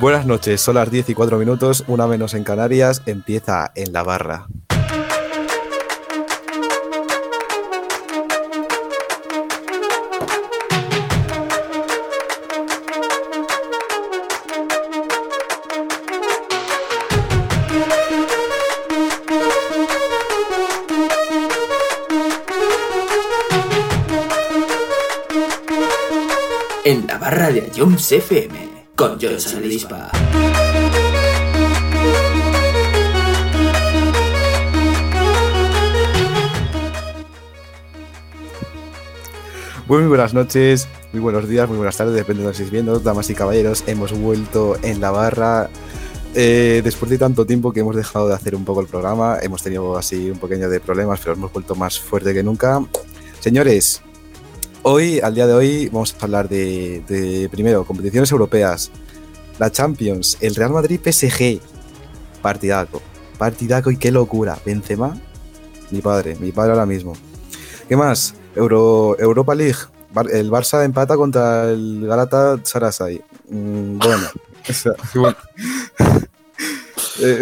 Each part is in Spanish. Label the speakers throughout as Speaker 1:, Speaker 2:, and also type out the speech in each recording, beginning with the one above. Speaker 1: Buenas noches, son las 10 y 4 minutos, una menos en Canarias, empieza en la barra.
Speaker 2: En la barra de Jones FM con Johnson Lispa.
Speaker 1: Muy buenas noches, muy buenos días, muy buenas tardes, depende de donde estéis viendo. Damas y caballeros, hemos vuelto en la barra. Eh, después de tanto tiempo que hemos dejado de hacer un poco el programa, hemos tenido así un pequeño de problemas, pero hemos vuelto más fuerte que nunca. Señores, hoy, al día de hoy, vamos a hablar de, de, primero, competiciones europeas, la Champions, el Real Madrid PSG, partidaco, partidaco y qué locura, Benzema, mi padre, mi padre ahora mismo. ¿Qué más? Euro, Europa League, Bar- el Barça empata contra el Galatasaray. Mm, bueno, o sea, bueno. Eh,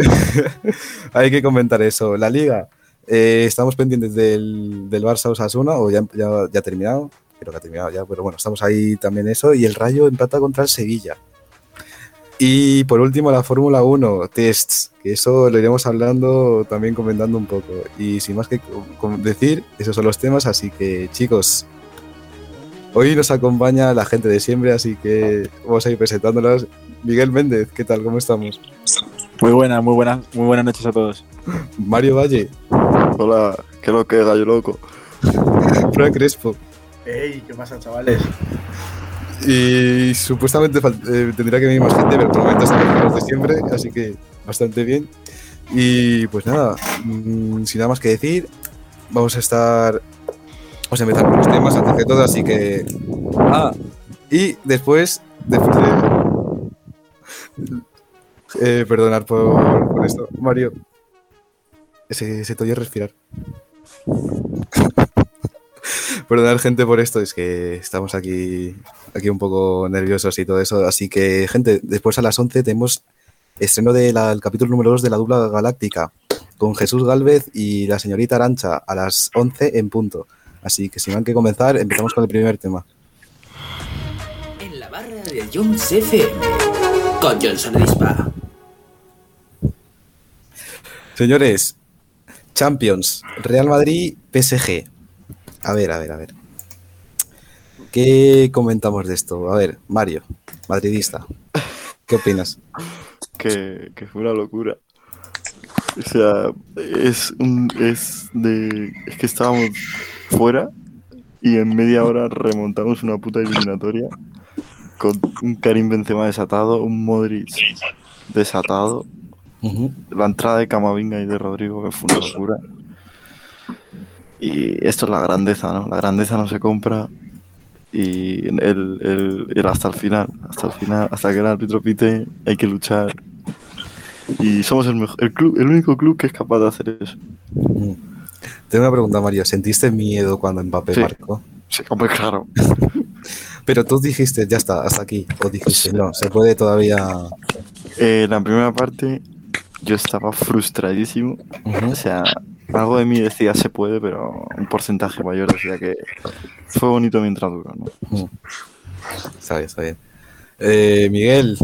Speaker 1: hay que comentar eso. La Liga, eh, estamos pendientes del, del Barça Osasuna, o ya, ya, ya ha terminado, creo que ha terminado ya, pero bueno, estamos ahí también eso. Y el Rayo empata contra el Sevilla. Y por último, la Fórmula 1, tests, que eso lo iremos hablando, también comentando un poco. Y sin más que com- com- decir, esos son los temas, así que chicos, hoy nos acompaña la gente de siempre, así que vamos a ir presentándolas. Miguel Méndez, ¿qué tal? ¿Cómo estamos?
Speaker 3: Muy buenas, muy buenas, muy buenas noches a todos.
Speaker 1: Mario Valle,
Speaker 4: Hola, ¿qué es lo que es, gallo loco?
Speaker 1: Frank Crespo.
Speaker 5: Ey, ¿qué pasa, chavales?
Speaker 1: Y supuestamente fal- eh, tendría que venir más gente, pero por el momento estamos los de siempre, así que bastante bien. Y pues nada, mm, sin nada más que decir, vamos a estar. Vamos a empezar con los temas antes que todo, así que. Ah, y después. Después de. Eh, perdonar por, por esto, Mario. Se, se te oye respirar. Perdonar, gente, por esto, es que estamos aquí aquí un poco nerviosos y todo eso. Así que, gente, después a las 11 tenemos estreno del capítulo número 2 de la Dubla Galáctica con Jesús Galvez y la señorita Arancha a las 11 en punto. Así que si van que comenzar, empezamos con el primer tema.
Speaker 2: En la barra de Jones FM con Johnson Lispa.
Speaker 1: Señores, Champions, Real Madrid, PSG. A ver, a ver, a ver. ¿Qué comentamos de esto? A ver, Mario, madridista. ¿Qué opinas?
Speaker 4: Que, que fue una locura. O sea, es, un- es, de, es que estábamos fuera y en media hora remontamos una puta eliminatoria con un Karim Benzema desatado, un Modric desatado, la entrada de Camavinga y de Rodrigo que fue una locura. Y esto es la grandeza, ¿no? La grandeza no se compra y el, el- el hasta el final, hasta el final, hasta que el árbitro pite, hay que luchar. Y somos el, mejor, el, club, el único club que es capaz de hacer eso.
Speaker 1: Mm. Tengo una pregunta, Mario. ¿Sentiste miedo cuando Mbappé
Speaker 4: Sí.
Speaker 1: marcó?
Speaker 4: Sí, hombre, claro.
Speaker 1: Pero tú dijiste, ya está, hasta aquí. O dijiste, no, se puede todavía.
Speaker 4: Eh, la primera parte yo estaba frustradísimo. O sea, algo de mí decía se puede, pero un porcentaje mayor decía que fue bonito mientras duró, ¿no?
Speaker 1: Está bien, está bien. Eh, Miguel,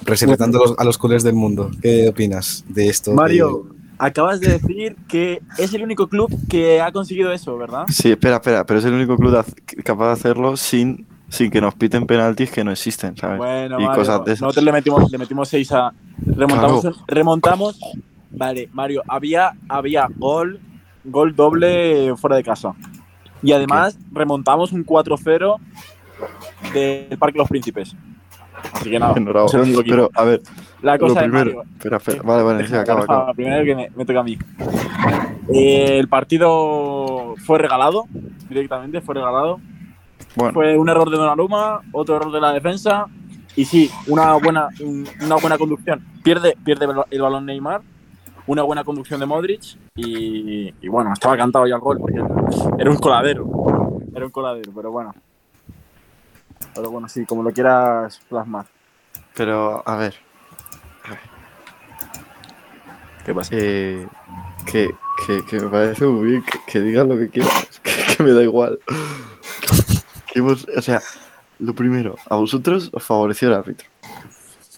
Speaker 1: representando a los- a los culés del mundo, ¿qué opinas de esto?
Speaker 3: Mario, acabas de decir que es el único club que ha conseguido eso, ¿verdad?
Speaker 4: Sí, espera, espera, pero es el único club de hac- capaz de hacerlo sin, sin que nos piten penaltis que no existen, ¿sabes?
Speaker 3: Bueno,
Speaker 4: y
Speaker 3: Mario,
Speaker 4: cosas de esas.
Speaker 3: nosotros le metimos, le metimos seis a. Remontamos, remontamos. Vale, Mario, había, había gol, gol doble fuera de casa. Y además remontamos un 4-0 del Parque Los Príncipes. Así que nada,
Speaker 4: Enhorabuena.
Speaker 3: es el único equipo.
Speaker 4: Pero, a ver,
Speaker 3: La
Speaker 4: lo
Speaker 3: cosa de
Speaker 4: primero.
Speaker 3: Mario.
Speaker 4: Espera, espera. Vale, vale, sí,
Speaker 3: Déjame
Speaker 4: acaba,
Speaker 3: acabar
Speaker 4: acaba.
Speaker 3: Primero que me, me toca a mí. Eh, el partido fue regalado, directamente fue regalado.
Speaker 4: Bueno,
Speaker 3: Fue un error de Donnarumma, otro error de la defensa y sí, una buena, un- una buena conducción. Pierde, pierde el ba- el balón Neymar, una buena conducción de Modric y, y bueno, estaba cantado ya el gol porque era un coladero, era un coladero, pero bueno. Pero bueno, sí, como lo quieras plasmar.
Speaker 4: Pero, a ver.
Speaker 3: ¿Qué pasa?
Speaker 4: eh, que, que- que me parece muy bien que, que digas lo que quieras, que, que me da igual. Que hemos- o sea, lo primero, a vosotros os favoreció el árbitro.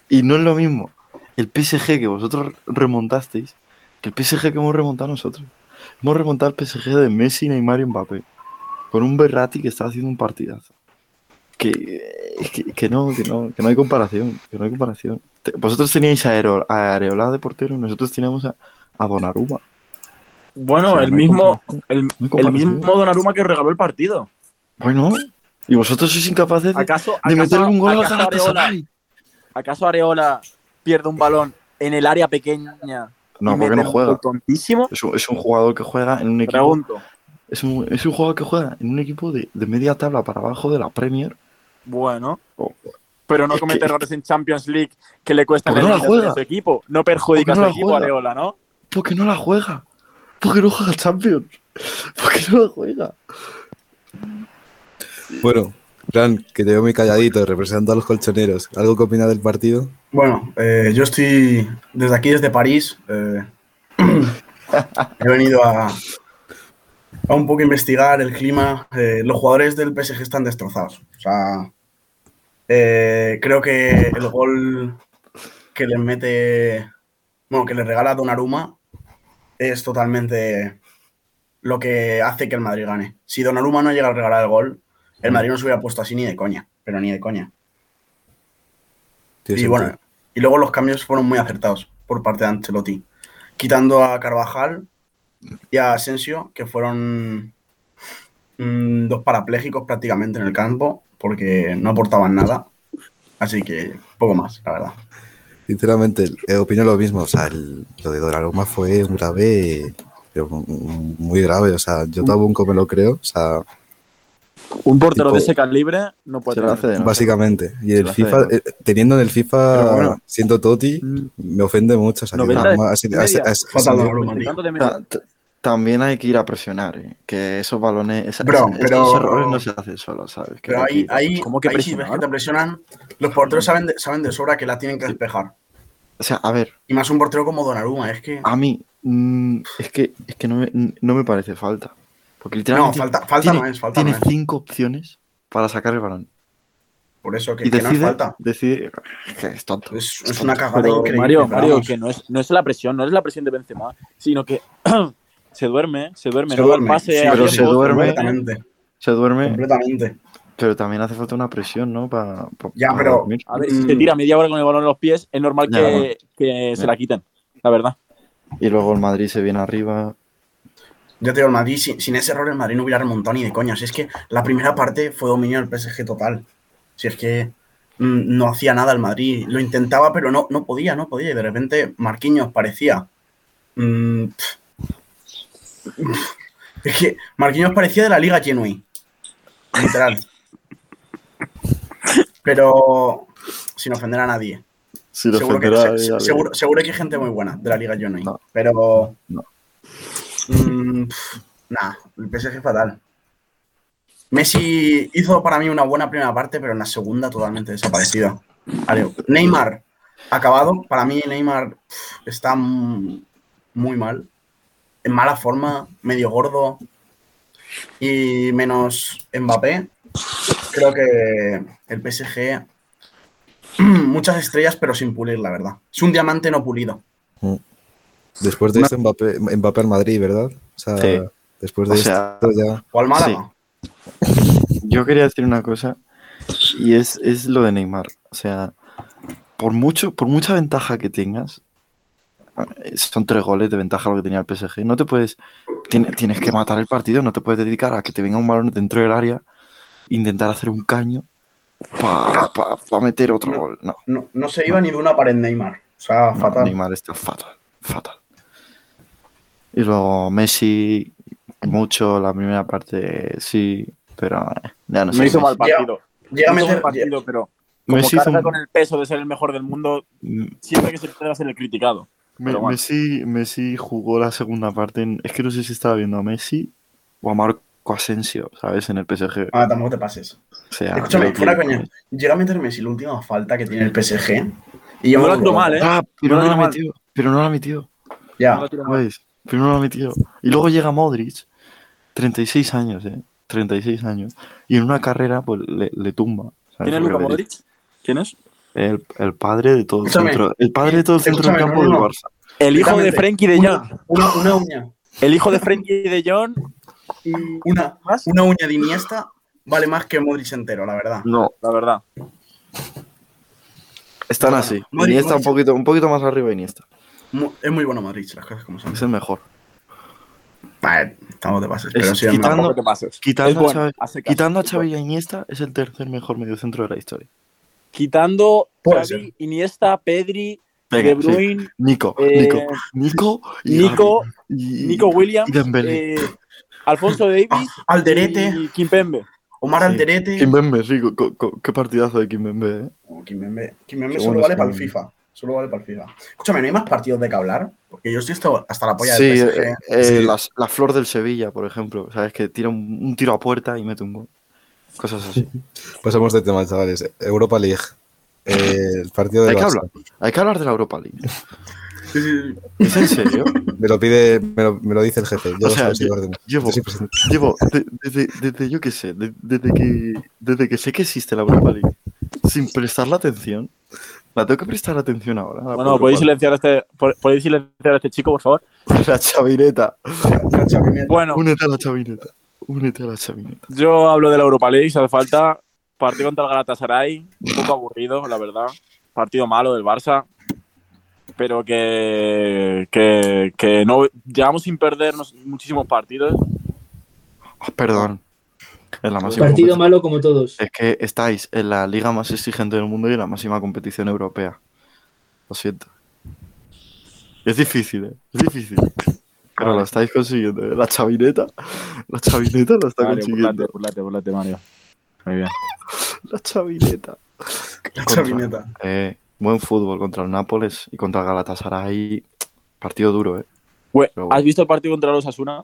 Speaker 4: Y no es lo mismo el PSG que vosotros remontasteis que el PSG que hemos remontado nosotros. Hemos remontado el PSG de Messi, Neymar y Mbappé. Con un Berrati que está haciendo un partidazo. Que, que, que no, que no, que no hay comparación, que no hay comparación. Te- Vosotros teníais a, Aero- a Areola de portero y nosotros teníamos a, a Donnarumma.
Speaker 3: Bueno,
Speaker 4: O sea,
Speaker 3: el
Speaker 4: no hay
Speaker 3: mismo,
Speaker 4: comparación.
Speaker 3: el,
Speaker 4: hay
Speaker 3: el
Speaker 4: comparación.
Speaker 3: mismo Donnarumma que regaló el partido.
Speaker 4: Bueno, y vosotros sois incapaces de,
Speaker 3: ¿Acaso,
Speaker 4: de
Speaker 3: acaso-
Speaker 4: meterle un gol a
Speaker 3: acaso Areola,
Speaker 4: Galatasaray.
Speaker 3: ¿Acaso Areola pierde un balón en el área pequeña? y
Speaker 4: No, porque
Speaker 3: mete
Speaker 4: no
Speaker 3: un
Speaker 4: juega.
Speaker 3: gol Tontísimo.
Speaker 4: Es un, es un jugador que juega en un equipo.
Speaker 3: Pregunto.
Speaker 4: Es un, es un jugador que juega en un equipo de, de media tabla para abajo de la Premier.
Speaker 3: Bueno.
Speaker 4: Oh.
Speaker 3: Pero no
Speaker 4: Es
Speaker 3: comete
Speaker 4: que-
Speaker 3: errores en Champions League que le cuestan
Speaker 4: ¿Por qué
Speaker 3: el
Speaker 4: no la
Speaker 3: vida a
Speaker 4: juega?
Speaker 3: su equipo. No perjudica
Speaker 4: ¿Por qué no
Speaker 3: a su
Speaker 4: la
Speaker 3: equipo
Speaker 4: juega?
Speaker 3: Areola, ¿no?
Speaker 4: ¿Por qué no la juega? ¿Por qué no juega Champions? ¿Por qué no la juega?
Speaker 1: Bueno, Fran, que te veo muy calladito, representando a los colchoneros. ¿Algo que opinas del partido?
Speaker 5: Bueno, eh, yo estoy desde aquí, desde París. eh, he venido a, a un poco investigar el clima. eh, los jugadores del PSG están destrozados. O sea, eh, creo que el gol que le mete, bueno, que le regala Donnarumma es totalmente lo que hace que el Madrid gane. Si Donnarumma no llega a regalar el gol, el Madrid no se hubiera puesto así ni de coña, pero ni de coña.
Speaker 1: Tiene
Speaker 5: Y
Speaker 1: sentido.
Speaker 5: bueno, y luego los cambios fueron muy acertados por parte de Ancelotti, quitando a Carvajal y a Asensio, que fueron mm, dos parapléjicos prácticamente en el campo, porque no aportaban nada. Así que poco más, la verdad.
Speaker 1: Sinceramente, eh, opino lo mismo. O sea, el- lo de Donnarumma fue un grave, pero un- un- muy grave. O sea, yo tampoco me lo creo. O sea,
Speaker 3: Un portero
Speaker 1: Tipo-
Speaker 3: de ese calibre no
Speaker 4: Se
Speaker 5: Pues
Speaker 4: la
Speaker 3: puede tener.
Speaker 4: hace de noche.
Speaker 1: básicamente. Y
Speaker 4: Se
Speaker 1: el
Speaker 4: la hace,
Speaker 1: FIFA,
Speaker 4: ¿no?
Speaker 1: eh, teniendo en el
Speaker 4: Pero
Speaker 1: FIFA,
Speaker 4: bueno.
Speaker 1: siendo Toti,
Speaker 3: Mm.
Speaker 1: me ofende mucho. O sea, que
Speaker 3: 90
Speaker 1: Donnarumma ha sido- ha sido- ha sido- ha
Speaker 5: Fatal,
Speaker 1: sido-
Speaker 5: Donnarumma.
Speaker 3: Ni tanto de menos.
Speaker 4: Ta- ta- También hay que ir a presionar, ¿eh? que esos balones, esa-
Speaker 5: Bro,
Speaker 4: esa-
Speaker 5: pero-
Speaker 4: esos errores no se hacen solos, ¿sabes? Que
Speaker 5: Pero
Speaker 4: hay que
Speaker 5: ahí,
Speaker 4: ir a
Speaker 5: ahí,
Speaker 3: ¿cómo que
Speaker 5: ahí si ves
Speaker 3: presionar?
Speaker 5: que te presionan, los porteros saben de, saben de sobra que la tienen que despejar.
Speaker 4: O sea, a ver,
Speaker 5: Y más un portero como Donnarumma, es
Speaker 3: Ah,
Speaker 5: que...
Speaker 4: a mí mm, es que, es que no, me, no me parece falta. Porque
Speaker 5: No,
Speaker 4: literalmente
Speaker 5: falta, falta
Speaker 4: tiene,
Speaker 5: no es, falta no
Speaker 4: tiene
Speaker 5: es.
Speaker 4: cinco opciones para sacar el balón.
Speaker 5: Por eso que,
Speaker 4: Y
Speaker 5: que no es
Speaker 4: decide,
Speaker 5: falta.
Speaker 4: decide que es tonto.
Speaker 5: Es, es una cagada
Speaker 3: Pero,
Speaker 5: increíble.
Speaker 3: Mario,
Speaker 5: pero
Speaker 3: Mario,
Speaker 5: vamos.
Speaker 3: que no es, no es la presión, no es la presión de Benzema, sino que se duerme, se duerme,
Speaker 5: Se
Speaker 3: no da el
Speaker 5: duerme,
Speaker 3: pase
Speaker 5: sí,
Speaker 3: a
Speaker 4: pero se
Speaker 3: tiempo,
Speaker 4: duerme.
Speaker 5: Completamente,
Speaker 4: Se duerme,
Speaker 5: completamente.
Speaker 4: pero también hace falta una presión, ¿no? Para,
Speaker 5: Ya, pero-
Speaker 3: A ver, si te tira media hora con el balón en los pies, es normal
Speaker 4: Mm. Ya,
Speaker 3: que, que se la quiten, la verdad.
Speaker 4: Y luego el Madrid se viene arriba.
Speaker 5: Ya te digo, el Madrid, sin, sin ese error, el Madrid no hubiera remontado ni de coña. Si es que la primera parte fue dominio del PSG total. Si es que mm, no hacía nada el Madrid. Lo intentaba, pero no, no podía, no podía. Y de repente Marquinhos parecía. mm, pff, pff, es que Marquinhos parecía de la Liga Genui. Literal. Pero sin ofender a nadie.
Speaker 4: Si lo
Speaker 5: seguro, que,
Speaker 4: ofenderá,
Speaker 5: se-
Speaker 4: ya, ya.
Speaker 5: seguro- seguro que hay gente muy buena de la Liga Johnny.
Speaker 4: No.
Speaker 5: Pero.
Speaker 4: No.
Speaker 5: Mm, pf, nah, el PSG fatal. Messi hizo para mí una buena primera parte, pero en la segunda totalmente desaparecida. Vale, Neymar, acabado. Para mí, Neymar pf, está mm, muy mal. En mala forma, medio gordo. Y menos Mbappé. Creo que el PSG muchas estrellas, pero sin pulir, la verdad. Es un diamante no pulido.
Speaker 1: Después de esto, Mbappé, Mbappé al Madrid, ¿verdad? O sea,
Speaker 4: Sí.
Speaker 1: después
Speaker 4: O
Speaker 1: de
Speaker 4: sea,
Speaker 1: esto ya.
Speaker 5: O al Málaga.
Speaker 4: Yo quería decir una cosa y es, es lo de Neymar. O sea, por mucho, por mucha ventaja que tengas, eh, son tres goles de ventaja lo que tenía el PSG. No te puedes, tiene- tienes que matar el partido, no te puedes dedicar a que te venga un balón dentro del área, intentar hacer un caño para meter otro gol. No,
Speaker 5: No, no se iba ni de una pared Neymar. O sea,
Speaker 4: no,
Speaker 5: fatal.
Speaker 4: Neymar está fatal, fatal. Y luego Messi, mucho la primera parte sí, pero eh, ya no sé.
Speaker 3: No hizo
Speaker 4: Messi.
Speaker 3: mal partido.
Speaker 5: Llega a
Speaker 3: no hizo
Speaker 5: meter,
Speaker 3: mal partido, pero como
Speaker 4: Messi hizo
Speaker 3: carga
Speaker 4: un-
Speaker 3: con el peso de ser el mejor del mundo,
Speaker 4: Mm,
Speaker 3: siempre que se pueda ser el criticado.
Speaker 4: Me-
Speaker 3: Pero bueno.
Speaker 4: Messi, Messi jugó la segunda parte. en- es que no sé si estaba viendo a Messi o a Marcos Asensio, ¿sabes? En el PSG.
Speaker 5: Ah, tampoco te pases.
Speaker 4: O sea,
Speaker 5: Escúchame,
Speaker 4: Blake
Speaker 5: fuera
Speaker 4: Lively.
Speaker 5: coña. Llega a meter Messi la última falta que tiene el PSG. Y yo
Speaker 3: No
Speaker 5: me
Speaker 3: la
Speaker 5: acuerdo.
Speaker 3: tiro mal, ¿eh?
Speaker 4: Ah, pero no la
Speaker 3: No lo
Speaker 4: ha
Speaker 3: digo mal.
Speaker 4: metido. Pero no la ha metido.
Speaker 5: Ya.
Speaker 3: No la tiro mal.
Speaker 4: ¿Sabes? Pero no la ha metido. Y luego llega Modric, 36 años, ¿eh? 36 años. Y en una carrera, pues le, le tumba. ¿sabes?
Speaker 3: ¿Quién es
Speaker 4: Porque
Speaker 3: Luka
Speaker 4: le-
Speaker 3: Modric? ¿Quién es?
Speaker 4: El, el padre de todo el
Speaker 5: Escúchame.
Speaker 4: centro. El padre de todo el centro del
Speaker 5: Escúchame,
Speaker 4: campo
Speaker 5: no, no,
Speaker 4: del
Speaker 5: no.
Speaker 4: Barça.
Speaker 3: El hijo de
Speaker 5: Literalmente,
Speaker 3: Frenkie de Jong.
Speaker 5: Una, una, una uña.
Speaker 3: El hijo de Frenkie de Jong. Y
Speaker 5: Una,
Speaker 3: más.
Speaker 5: una uña de Iniesta vale más que Modric entero, la verdad.
Speaker 4: No,
Speaker 3: La verdad.
Speaker 4: están así.
Speaker 5: Modric,
Speaker 4: Iniesta un
Speaker 5: Modric.
Speaker 4: poquito, un poquito más arriba de Iniesta.
Speaker 5: Mu- es muy bueno Modric, las cosas como son.
Speaker 4: Es el mejor.
Speaker 5: Vale, estamos de pases. Pero
Speaker 4: Es
Speaker 5: sí, es
Speaker 4: quitando-
Speaker 5: mejor.
Speaker 3: Tampoco te pases.
Speaker 4: quitando
Speaker 3: Es bueno,
Speaker 4: a Xavi-
Speaker 3: hace caso.
Speaker 4: Quitando a Xavi y a Iniesta, es el tercer mejor mediocentro de la historia.
Speaker 3: Quitando
Speaker 5: Puede
Speaker 3: Xavi,
Speaker 5: ser.
Speaker 3: Iniesta, Pedri,
Speaker 4: Venga,
Speaker 3: De
Speaker 4: sí.
Speaker 3: Bruyne,
Speaker 4: Nico,
Speaker 3: eh,
Speaker 4: Nico, Nico, y
Speaker 3: Nico,
Speaker 4: Gavi, y-
Speaker 3: Nico Williams,
Speaker 4: y Dembélé.
Speaker 3: eh, Alfonso
Speaker 5: Ah,
Speaker 3: Davis
Speaker 5: Alderete,
Speaker 3: y Kimpembe.
Speaker 5: Omar
Speaker 4: sí.
Speaker 5: Alderete.
Speaker 4: Kimpembe, sí, co- co- co- qué partidazo de Kimpembe, ¿eh?
Speaker 5: Oh, Kimpembe. Kimpembe
Speaker 4: Qué
Speaker 5: solo
Speaker 4: bueno
Speaker 5: vale
Speaker 4: es
Speaker 5: para el
Speaker 4: Kimpembe.
Speaker 5: FIFA. Solo vale para el FIFA. Escúchame, ¿no hay más partidos de que hablar? Porque yo estoy hasta- hasta la polla
Speaker 4: Sí,
Speaker 5: del PSG.
Speaker 4: eh, eh,
Speaker 1: Sí.
Speaker 4: las- La, flor del Sevilla, por ejemplo. Sabes que tira un, un tiro a puerta y mete un gol. Cosas así.
Speaker 1: Pasamos de tema, chavales. Europa League. Eh, el partido de
Speaker 4: Hay que hablar. Hay que hablar de la Europa League.
Speaker 5: Sí, sí, sí.
Speaker 4: ¿Es en serio?
Speaker 1: Me lo pide, me lo, me lo dice el jefe. Yo lo
Speaker 4: O sea,
Speaker 1: sé, sí,
Speaker 4: yo-
Speaker 1: orden.
Speaker 4: llevo-
Speaker 1: Yo soy presidente.
Speaker 4: Llevo de- desde, desde- yo qué sé, de- desde que, desde que sé que existe la Europa League, sin prestarle atención. La tengo que prestar atención ahora. a la
Speaker 3: Bueno,
Speaker 4: Europa
Speaker 3: podéis
Speaker 4: League.
Speaker 3: silenciar a este, po- podéis silenciar a este chico, por favor.
Speaker 4: La chavineta.
Speaker 5: La chavineta.
Speaker 3: Bueno,
Speaker 4: Únete a la chavineta. Únete a la chavineta.
Speaker 3: yo hablo de la Europa League, si hace falta. Partido contra el Galatasaray, un poco aburrido, la verdad. Partido malo del Barça. Pero que, que, que no llevamos sin perdernos muchísimos partidos.
Speaker 4: Ah, perdón. Es la máxima
Speaker 6: Partido
Speaker 4: competi-
Speaker 6: malo como todos.
Speaker 4: Es que estáis en la liga más exigente del mundo y en la máxima competición europea. Lo siento. Es difícil, ¿eh? Es difícil. Pero lo estáis consiguiendo. ¿eh? La chavineta. La chavineta lo está
Speaker 3: Mario, burlate,
Speaker 4: consiguiendo.
Speaker 3: burlate, burlate, Mario. Muy bien.
Speaker 4: La chavineta.
Speaker 5: La
Speaker 4: Contra-
Speaker 5: chavineta.
Speaker 4: Eh, buen fútbol contra el Nápoles y contra el Galatasaray. Partido duro, ¿eh?
Speaker 3: Güey,
Speaker 4: Pero bueno.
Speaker 3: ¿Has visto el partido contra los Asuna?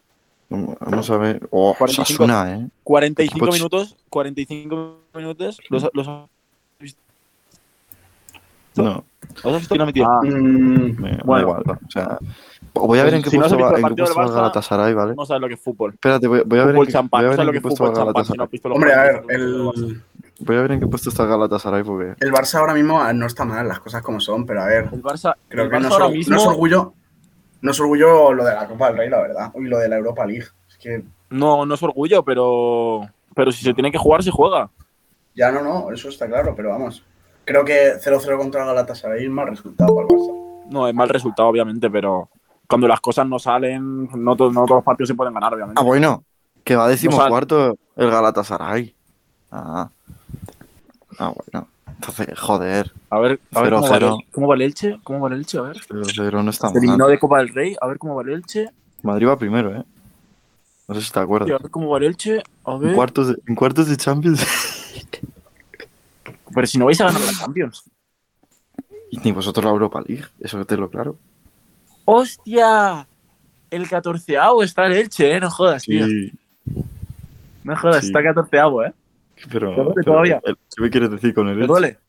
Speaker 4: Vamos a ver. Oh,
Speaker 3: 45.
Speaker 4: Osasuna, ¿eh?
Speaker 3: 45
Speaker 4: Equipo ch-
Speaker 3: minutos, 45 minutos. Los, los,
Speaker 4: No.
Speaker 3: los Asuna metido.
Speaker 5: Mm,
Speaker 4: me- me da
Speaker 3: Bueno.
Speaker 4: igual, o sea, voy a ver en qué
Speaker 3: Si no has
Speaker 4: puesto
Speaker 3: visto
Speaker 4: va
Speaker 3: el
Speaker 4: en qué
Speaker 3: partido del
Speaker 4: puesto va el
Speaker 3: Barça,
Speaker 4: Galatasaray, ¿vale?
Speaker 3: No sabes lo que es fútbol.
Speaker 4: Espérate, voy, voy a ver en
Speaker 3: fútbol
Speaker 4: qué-
Speaker 3: champán.
Speaker 4: voy a
Speaker 3: No
Speaker 4: ver
Speaker 3: sabes
Speaker 4: en
Speaker 3: lo que
Speaker 4: qué
Speaker 3: es
Speaker 4: puesto va
Speaker 3: fútbol
Speaker 4: el
Speaker 3: champán. si no has
Speaker 4: Galatasaray.
Speaker 3: visto los
Speaker 5: Hombre, a ver,
Speaker 3: partidos del Barça.
Speaker 5: el,
Speaker 4: Voy a ver en qué puesto está el Galatasaray porque
Speaker 5: el Barça ahora mismo ah, no está mal, las cosas como son, pero a ver,
Speaker 3: El Barça,
Speaker 5: creo
Speaker 3: el
Speaker 5: que
Speaker 3: Barça
Speaker 5: no es,
Speaker 3: ahora
Speaker 5: or-
Speaker 3: mismo.
Speaker 5: no es orgullo. No es orgullo lo de la Copa del Rey, la verdad. Y lo de la Europa League. Es que
Speaker 3: No, no es orgullo, pero. Pero si se tiene que jugar, se juega.
Speaker 5: ya no, no, eso está claro, pero vamos. Creo que 0-0 contra el Galatasaray es mal resultado para el Barça.
Speaker 3: No, es mal resultado, obviamente, pero. Cuando las cosas no salen, no, to- no todos los partidos se pueden ganar, obviamente.
Speaker 4: Ah, bueno, que va
Speaker 3: decimocuarto
Speaker 4: decimocuarto el Galatasaray. Ah. Ah, bueno. Entonces, joder,
Speaker 3: A ver, a ver
Speaker 4: Cero,
Speaker 3: cómo, va el-
Speaker 4: cero.
Speaker 3: cómo va el Elche. ¿Cómo va el Elche? A ver.
Speaker 4: pero, pero no está
Speaker 3: Se eliminó
Speaker 4: mal.
Speaker 3: de Copa del Rey. A ver cómo va el Elche.
Speaker 4: Madrid va primero, ¿eh? No sé si te
Speaker 3: A
Speaker 4: acuerdas.
Speaker 3: ver cómo va el Elche. A
Speaker 4: En
Speaker 3: ver.
Speaker 4: cuartos de, en cuartos de Champions
Speaker 3: Pero si no vais a ganar la Champions.
Speaker 4: y ni vosotros la Europa League, eso te lo claro.
Speaker 3: ¡Hostia! El 14avo está el Elche, ¿eh? No jodas, tío.
Speaker 4: Sí,
Speaker 3: No jodas,
Speaker 4: Sí.
Speaker 3: está 14avo, ¿eh.
Speaker 4: pero,
Speaker 3: ¿Te duele
Speaker 4: pero
Speaker 3: todavía?
Speaker 4: el- ¿qué me quieres decir con el
Speaker 3: ¿Te
Speaker 4: Elche?
Speaker 3: duele?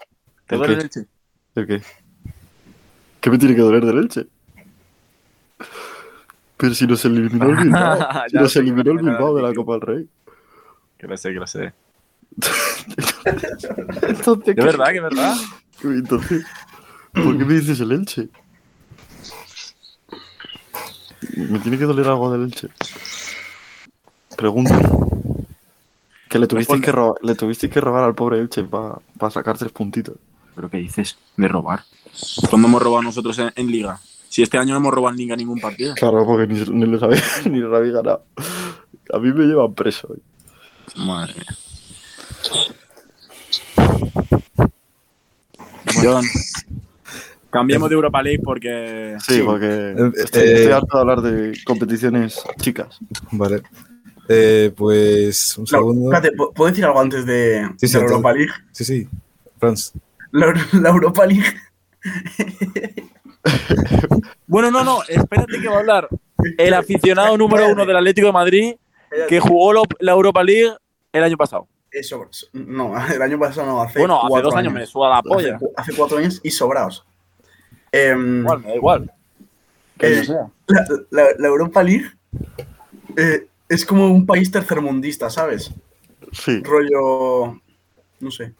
Speaker 3: ¿Te
Speaker 4: ¿El
Speaker 3: duele el
Speaker 4: qué?
Speaker 3: Elche?
Speaker 4: ¿El qué? ¿Qué me tiene que doler del Elche? Pero si nos eliminó el Bilbao. si
Speaker 3: Ya
Speaker 4: nos
Speaker 3: sé que
Speaker 4: eliminó el
Speaker 3: no me
Speaker 4: Bilbao de la
Speaker 3: nada.
Speaker 4: Copa del Rey.
Speaker 3: Que lo sé, que lo sé.
Speaker 4: Entonces,
Speaker 3: De verdad, que verdad.
Speaker 4: Entonces, ¿por qué me dices el Elche? Me tiene que doler algo del Elche. Pregunta. Que le tuvisteis
Speaker 3: Responde.
Speaker 4: que, robar, le tuvisteis que robar al pobre Elche para sacar tres puntitos.
Speaker 3: ¿Pero qué dices? De robar. ¿Cuándo hemos robado nosotros en, en Liga? Si este año no hemos robado en Liga ningún partido.
Speaker 4: Claro, porque ni, ni les había, ni les había ganado. A mí me llevan preso.
Speaker 3: Madre mía. Bueno, cambiemos de Europa League porque.
Speaker 4: Sí, porque estoy,
Speaker 1: eh,
Speaker 4: estoy harto de hablar de competiciones chicas.
Speaker 1: Vale. Eh, pues un
Speaker 5: Claro,
Speaker 1: segundo.
Speaker 5: espérate, ¿pu- ¿puedo decir algo antes de,
Speaker 1: Sí, sí,
Speaker 5: de la
Speaker 1: antes.
Speaker 5: Europa League?
Speaker 1: Sí, sí. Franz.
Speaker 5: La, la Europa League.
Speaker 3: Bueno, no, no, espérate que va a hablar el aficionado número uno del Atlético de Madrid, que jugó lo- la Europa League el año pasado.
Speaker 5: Eso, no, el año pasado no, hace
Speaker 3: bueno, hace
Speaker 5: cuatro
Speaker 3: dos años me suda la
Speaker 5: Hace,
Speaker 3: polla.
Speaker 5: cu- hace cuatro años y sobrados. Em,
Speaker 3: Igual, me da igual. Que
Speaker 5: Eh,
Speaker 3: yo sea.
Speaker 5: la, la- la Europa League eh, es como un país tercermundista, ¿sabes?
Speaker 4: Sí,
Speaker 5: Rollo. No sé.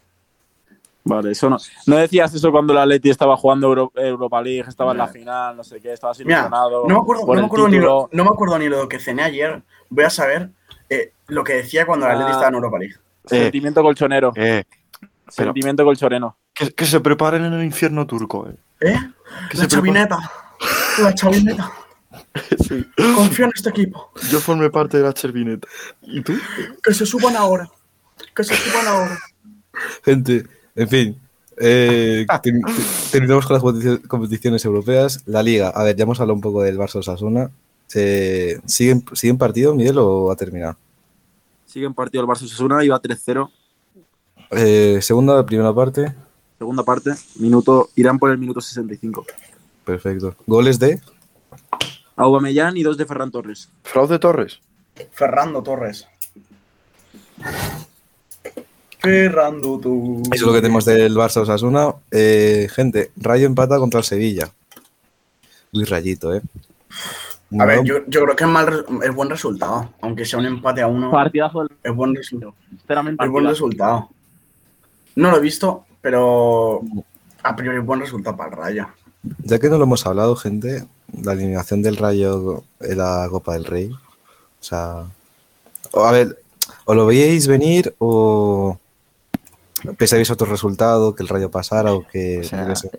Speaker 3: Vale, eso no. No decías eso cuando la Leti estaba jugando Euro- Europa League, estaba en la
Speaker 5: Mira.
Speaker 3: final, no sé qué, estabas
Speaker 5: Mira,
Speaker 3: ilusionado.
Speaker 5: no me acuerdo,
Speaker 3: por
Speaker 5: no me
Speaker 3: el
Speaker 5: acuerdo ni
Speaker 3: título.
Speaker 5: lo, no me acuerdo ni lo que cené ayer. Voy a saber eh, lo que decía cuando la Atleti
Speaker 3: Ah.
Speaker 5: estaba en Europa League.
Speaker 3: Sentimiento colchonero.
Speaker 4: eh,
Speaker 3: sentimiento colchonero.
Speaker 4: que, que se preparen en el infierno turco, eh.
Speaker 5: ¿Eh?
Speaker 4: Que
Speaker 5: La
Speaker 4: se preparen-
Speaker 5: chavineta. La chavineta.
Speaker 4: Sí.
Speaker 5: Confío en este equipo.
Speaker 4: Yo formé parte de la chervineta. ¿Y tú?
Speaker 5: Que se suban ahora. Que se suban ahora.
Speaker 1: Gente, en fin. eh, ter- ter- terminamos con las competi- competiciones europeas. La Liga. A ver, ya hemos hablado un poco del Barça Osasuna. Eh, ¿siguen, ¿Siguen partido, Miguel, o ha terminado?
Speaker 3: Sigue en partido el Barça Osasuna, iba 3-0.
Speaker 1: Eh, segunda, primera parte.
Speaker 3: Segunda parte, minuto, irán por el minuto 65.
Speaker 1: Perfecto. Goles de.
Speaker 3: Aubameyang y dos de Ferran Torres.
Speaker 4: Fraude Torres.
Speaker 5: Ferrando Torres. Ferrando tú.
Speaker 1: Eso es lo que tenemos del Barça Osasuna. Eh, gente, Rayo empata contra el Sevilla. Luis Rayito, ¿eh?
Speaker 5: A ver,
Speaker 1: No,
Speaker 5: yo, yo creo que es, mal, re- es buen resultado. Aunque sea un empate a uno,
Speaker 3: Partidazo,
Speaker 5: es buen, resu-
Speaker 3: sinceramente.
Speaker 5: es buen resultado. No lo he visto, pero a priori es buen resultado para el Rayo.
Speaker 1: Ya que no lo hemos hablado, gente, la eliminación del Rayo en la Copa del Rey. O sea. o A ver, o lo veíais venir o. Pensabais otro resultado, que el Rayo pasara o que.
Speaker 4: O sea,
Speaker 1: yo qué sé.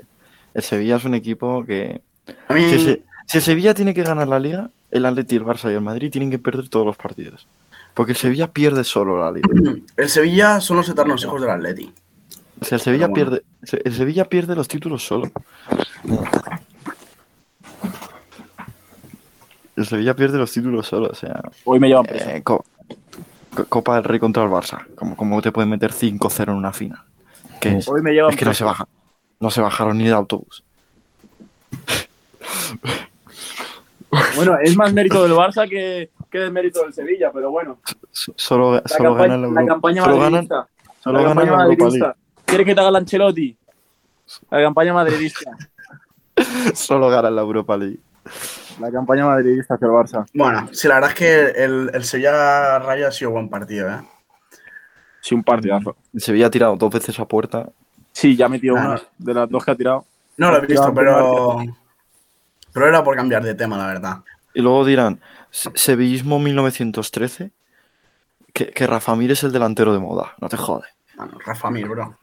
Speaker 4: El Sevilla es un equipo que.
Speaker 5: A mí,
Speaker 4: Si, se- si el Sevilla tiene que ganar la liga, el Atleti, el Barça y el Madrid tienen que perder todos los partidos. Porque el Sevilla pierde solo la liga.
Speaker 5: el Sevilla son los eternos hijos del Atleti.
Speaker 4: O sea, el Sevilla
Speaker 5: Pero
Speaker 4: pierde. se- El Sevilla pierde los títulos solo. El Sevilla pierde los títulos solo, o sea.
Speaker 3: Hoy me llevan preso.
Speaker 4: eh, co- co- Copa del Rey contra el Barça. Como, como te pueden meter 5-0 en una final. Que es,
Speaker 3: Hoy me llevan
Speaker 4: es que no se baja. No se bajaron ni de autobús.
Speaker 3: preso. Bueno, es más mérito del Barça que, que del mérito del Sevilla, pero bueno.
Speaker 4: So- Solo,
Speaker 3: La
Speaker 4: solo
Speaker 3: campaña,
Speaker 4: ganan la
Speaker 3: la
Speaker 4: Europa.
Speaker 3: campaña
Speaker 4: solo ganan,
Speaker 3: madridista.
Speaker 4: solo
Speaker 3: la
Speaker 4: ganan
Speaker 3: campaña
Speaker 4: la Europa
Speaker 3: madridista. ¿Quieres que te haga el Ancelotti? La campaña madridista.
Speaker 4: League. Solo ganan la Europa League.
Speaker 3: La campaña madridista hacia el Barça.
Speaker 5: Bueno, sí, la verdad es que el, el Sevilla Rayo ha sido buen partido, ¿eh?
Speaker 3: Sí, un partidazo.
Speaker 4: El Sevilla ha tirado dos veces a puerta.
Speaker 3: Sí, ya ha metido
Speaker 5: Ah.
Speaker 3: una de las dos que ha tirado.
Speaker 5: No lo he visto,
Speaker 3: Partidazo,
Speaker 5: pero. Pero era por cambiar de tema, la verdad.
Speaker 4: Y luego dirán, "Se- Sevillismo 1913, que, que Rafa Mir es el delantero de moda. No te jode.
Speaker 5: Bueno, Rafa Mir, bro.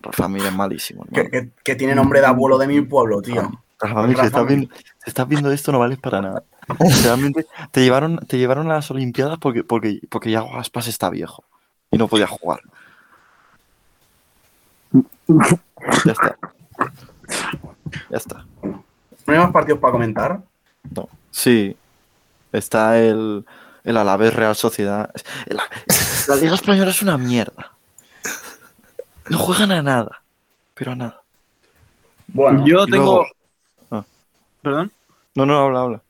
Speaker 4: Rafa Mir es malísimo.
Speaker 5: Que,
Speaker 4: hermano.
Speaker 5: que- que tiene nombre de abuelo de mi pueblo, tío.
Speaker 4: Rafa Mir, si
Speaker 5: Rafa
Speaker 4: estás,
Speaker 5: Mir.
Speaker 4: viendo, si estás viendo esto, no vales para nada. Realmente, te llevaron, te llevaron a las Olimpiadas porque, porque, porque ya Aspas está viejo y no podía jugar. Ya está. Ya está.
Speaker 5: ¿No hay más partidos para comentar?
Speaker 4: No. Sí. Está el, el Alavés Real Sociedad. La, la Liga Española es una mierda. No juegan a nada. Pero a nada.
Speaker 5: Bueno,
Speaker 3: Yo
Speaker 4: y
Speaker 3: tengo.
Speaker 4: luego- Ah.
Speaker 3: Perdón.
Speaker 4: No, no, habla, habla.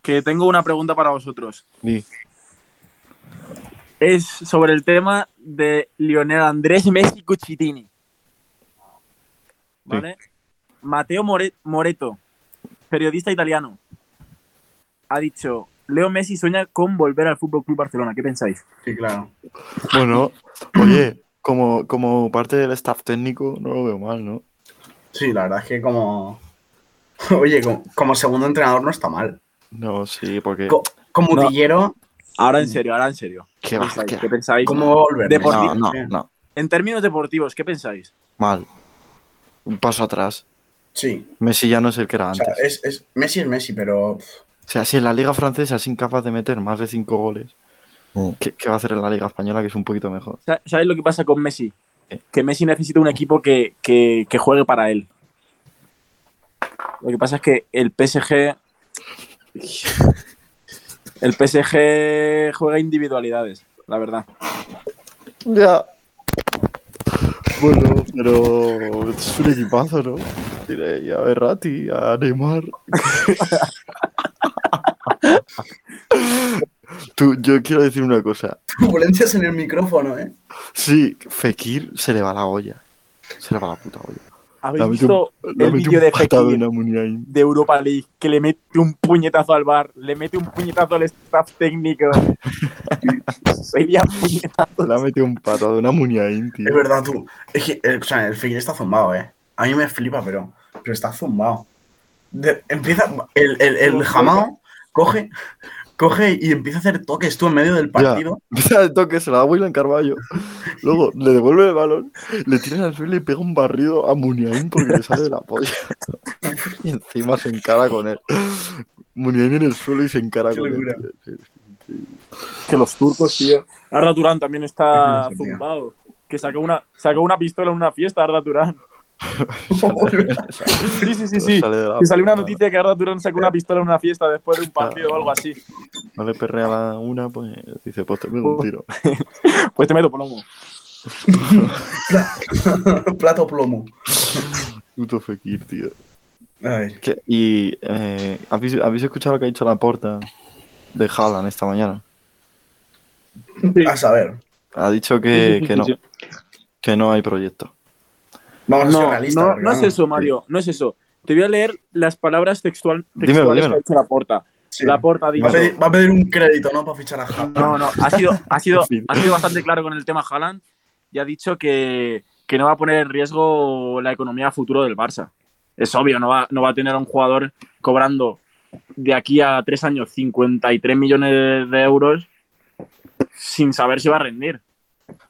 Speaker 3: Que tengo una pregunta para vosotros.
Speaker 4: Di.
Speaker 3: Es sobre el tema de Lionel Andrés Messi Cuchitini. ¿Vale? Mateo More- Moreto, periodista italiano, ha dicho: Leo Messi sueña con volver al Fútbol Club Barcelona. ¿Qué pensáis?
Speaker 5: sí, claro.
Speaker 4: Bueno, oye, como, como parte del staff técnico, no lo veo mal, ¿no?
Speaker 5: Sí, la verdad es que como. Oye, como, como segundo entrenador no está mal.
Speaker 4: No, sí, porque.
Speaker 5: Co- como
Speaker 3: No.
Speaker 5: utillero,
Speaker 3: Ahora en serio, ahora en serio.
Speaker 4: ¿Qué
Speaker 3: ¿Qué
Speaker 4: va?
Speaker 3: pensáis?
Speaker 4: qué-
Speaker 3: ¿Qué pensáis?
Speaker 5: como volver.
Speaker 4: No,
Speaker 3: Deportivo,
Speaker 4: no, no.
Speaker 3: En términos deportivos, ¿qué pensáis?
Speaker 4: Mal. Un paso atrás.
Speaker 5: Sí.
Speaker 4: Messi ya no es el que era
Speaker 5: O
Speaker 4: antes.
Speaker 5: sea, es, es- Messi es Messi, pero. pff,
Speaker 4: O sea, si en la Liga Francesa es incapaz de meter más de cinco goles,
Speaker 1: Mm.
Speaker 4: ¿qué, qué va a hacer en la Liga Española que es un poquito mejor?
Speaker 3: Sa- ¿Sabes lo que pasa con Messi?
Speaker 4: ¿Qué?
Speaker 3: Que Messi necesita un equipo que, que- que juegue para él. Lo que pasa es que el PSG. El PSG juega individualidades, la verdad.
Speaker 4: Ya. Bueno, pero es un equipazo, ¿no? Tiene a Berrati, a Neymar. Tú, yo quiero decir una cosa.
Speaker 5: Turbulencias en el micrófono, ¿eh?
Speaker 4: Sí, Fekir se le va la olla. Se le va la puta olla.
Speaker 3: ¿Habéis
Speaker 4: Le mete un-
Speaker 3: visto
Speaker 4: le
Speaker 3: el
Speaker 4: mete un
Speaker 3: vídeo de
Speaker 4: patado en
Speaker 3: Fekir
Speaker 4: la Muniain.
Speaker 3: de Europa League que le mete un puñetazo al bar, le mete un puñetazo al staff técnico? Sería puñetazo.
Speaker 4: Le ha metido un patado en la Muniain, tío.
Speaker 5: Es verdad, tú. Es que, eh, o sea, el Fekir está zumbado, ¿eh? A mí me flipa, pero, pero está zumbado. De- empieza. El, el, el jamao coge, coge y empieza a hacer toques tú en medio del partido.
Speaker 4: Empieza de toque, se la da a William Carballo. Luego le devuelve el balón, le tira al suelo y le pega un barrido a Muniain porque le sale la polla. y encima se encara con él. Muniain en el suelo y se encara
Speaker 5: Qué
Speaker 4: con
Speaker 5: locura.
Speaker 4: él. tío. Sí.
Speaker 3: Que los turcos, tío. Arda Turán también está
Speaker 5: Dios mío.
Speaker 3: zumbado. Que sacó una, sacó una pistola en una fiesta, Arda Turán. Sí, sí, sí, sí.
Speaker 4: Sale de la
Speaker 3: Que salió una
Speaker 4: puta madre.
Speaker 3: noticia que Arda Turán sacó una pistola en una fiesta después de un partido o algo así.
Speaker 4: No le perrea la una, pues dice, pues te pego un tiro.
Speaker 3: Pues te meto plomo.
Speaker 5: Plato plomo.
Speaker 4: Puto Fekir, tío.
Speaker 5: Ay,
Speaker 4: Que- Y eh, ¿habéis, habéis escuchado lo que ha dicho la porta de Haaland esta mañana.
Speaker 5: A saber.
Speaker 4: Ha dicho que, que no, que no hay proyecto.
Speaker 5: Vamos a ser
Speaker 3: No,
Speaker 5: realistas.
Speaker 3: no,
Speaker 5: porque
Speaker 3: no es
Speaker 5: vamos.
Speaker 3: eso, Mario. No es eso. Te voy a leer las palabras textual,
Speaker 4: Dímelo,
Speaker 3: textuales que
Speaker 4: dímelo.
Speaker 3: ha dicho la porta.
Speaker 5: Sí.
Speaker 3: La porta ha dicho.
Speaker 5: Va a, pedir, va a pedir un crédito, ¿no? Para fichar a Haaland.
Speaker 3: No, no, ha sido, ha, sido,
Speaker 4: Sí.
Speaker 3: ha sido bastante claro con el tema Haaland y ha dicho que, que no va a poner en riesgo la economía futuro del Barça. Es obvio, no va, no va a tener a un jugador cobrando de aquí a tres años 53 millones de euros sin saber si va a rendir.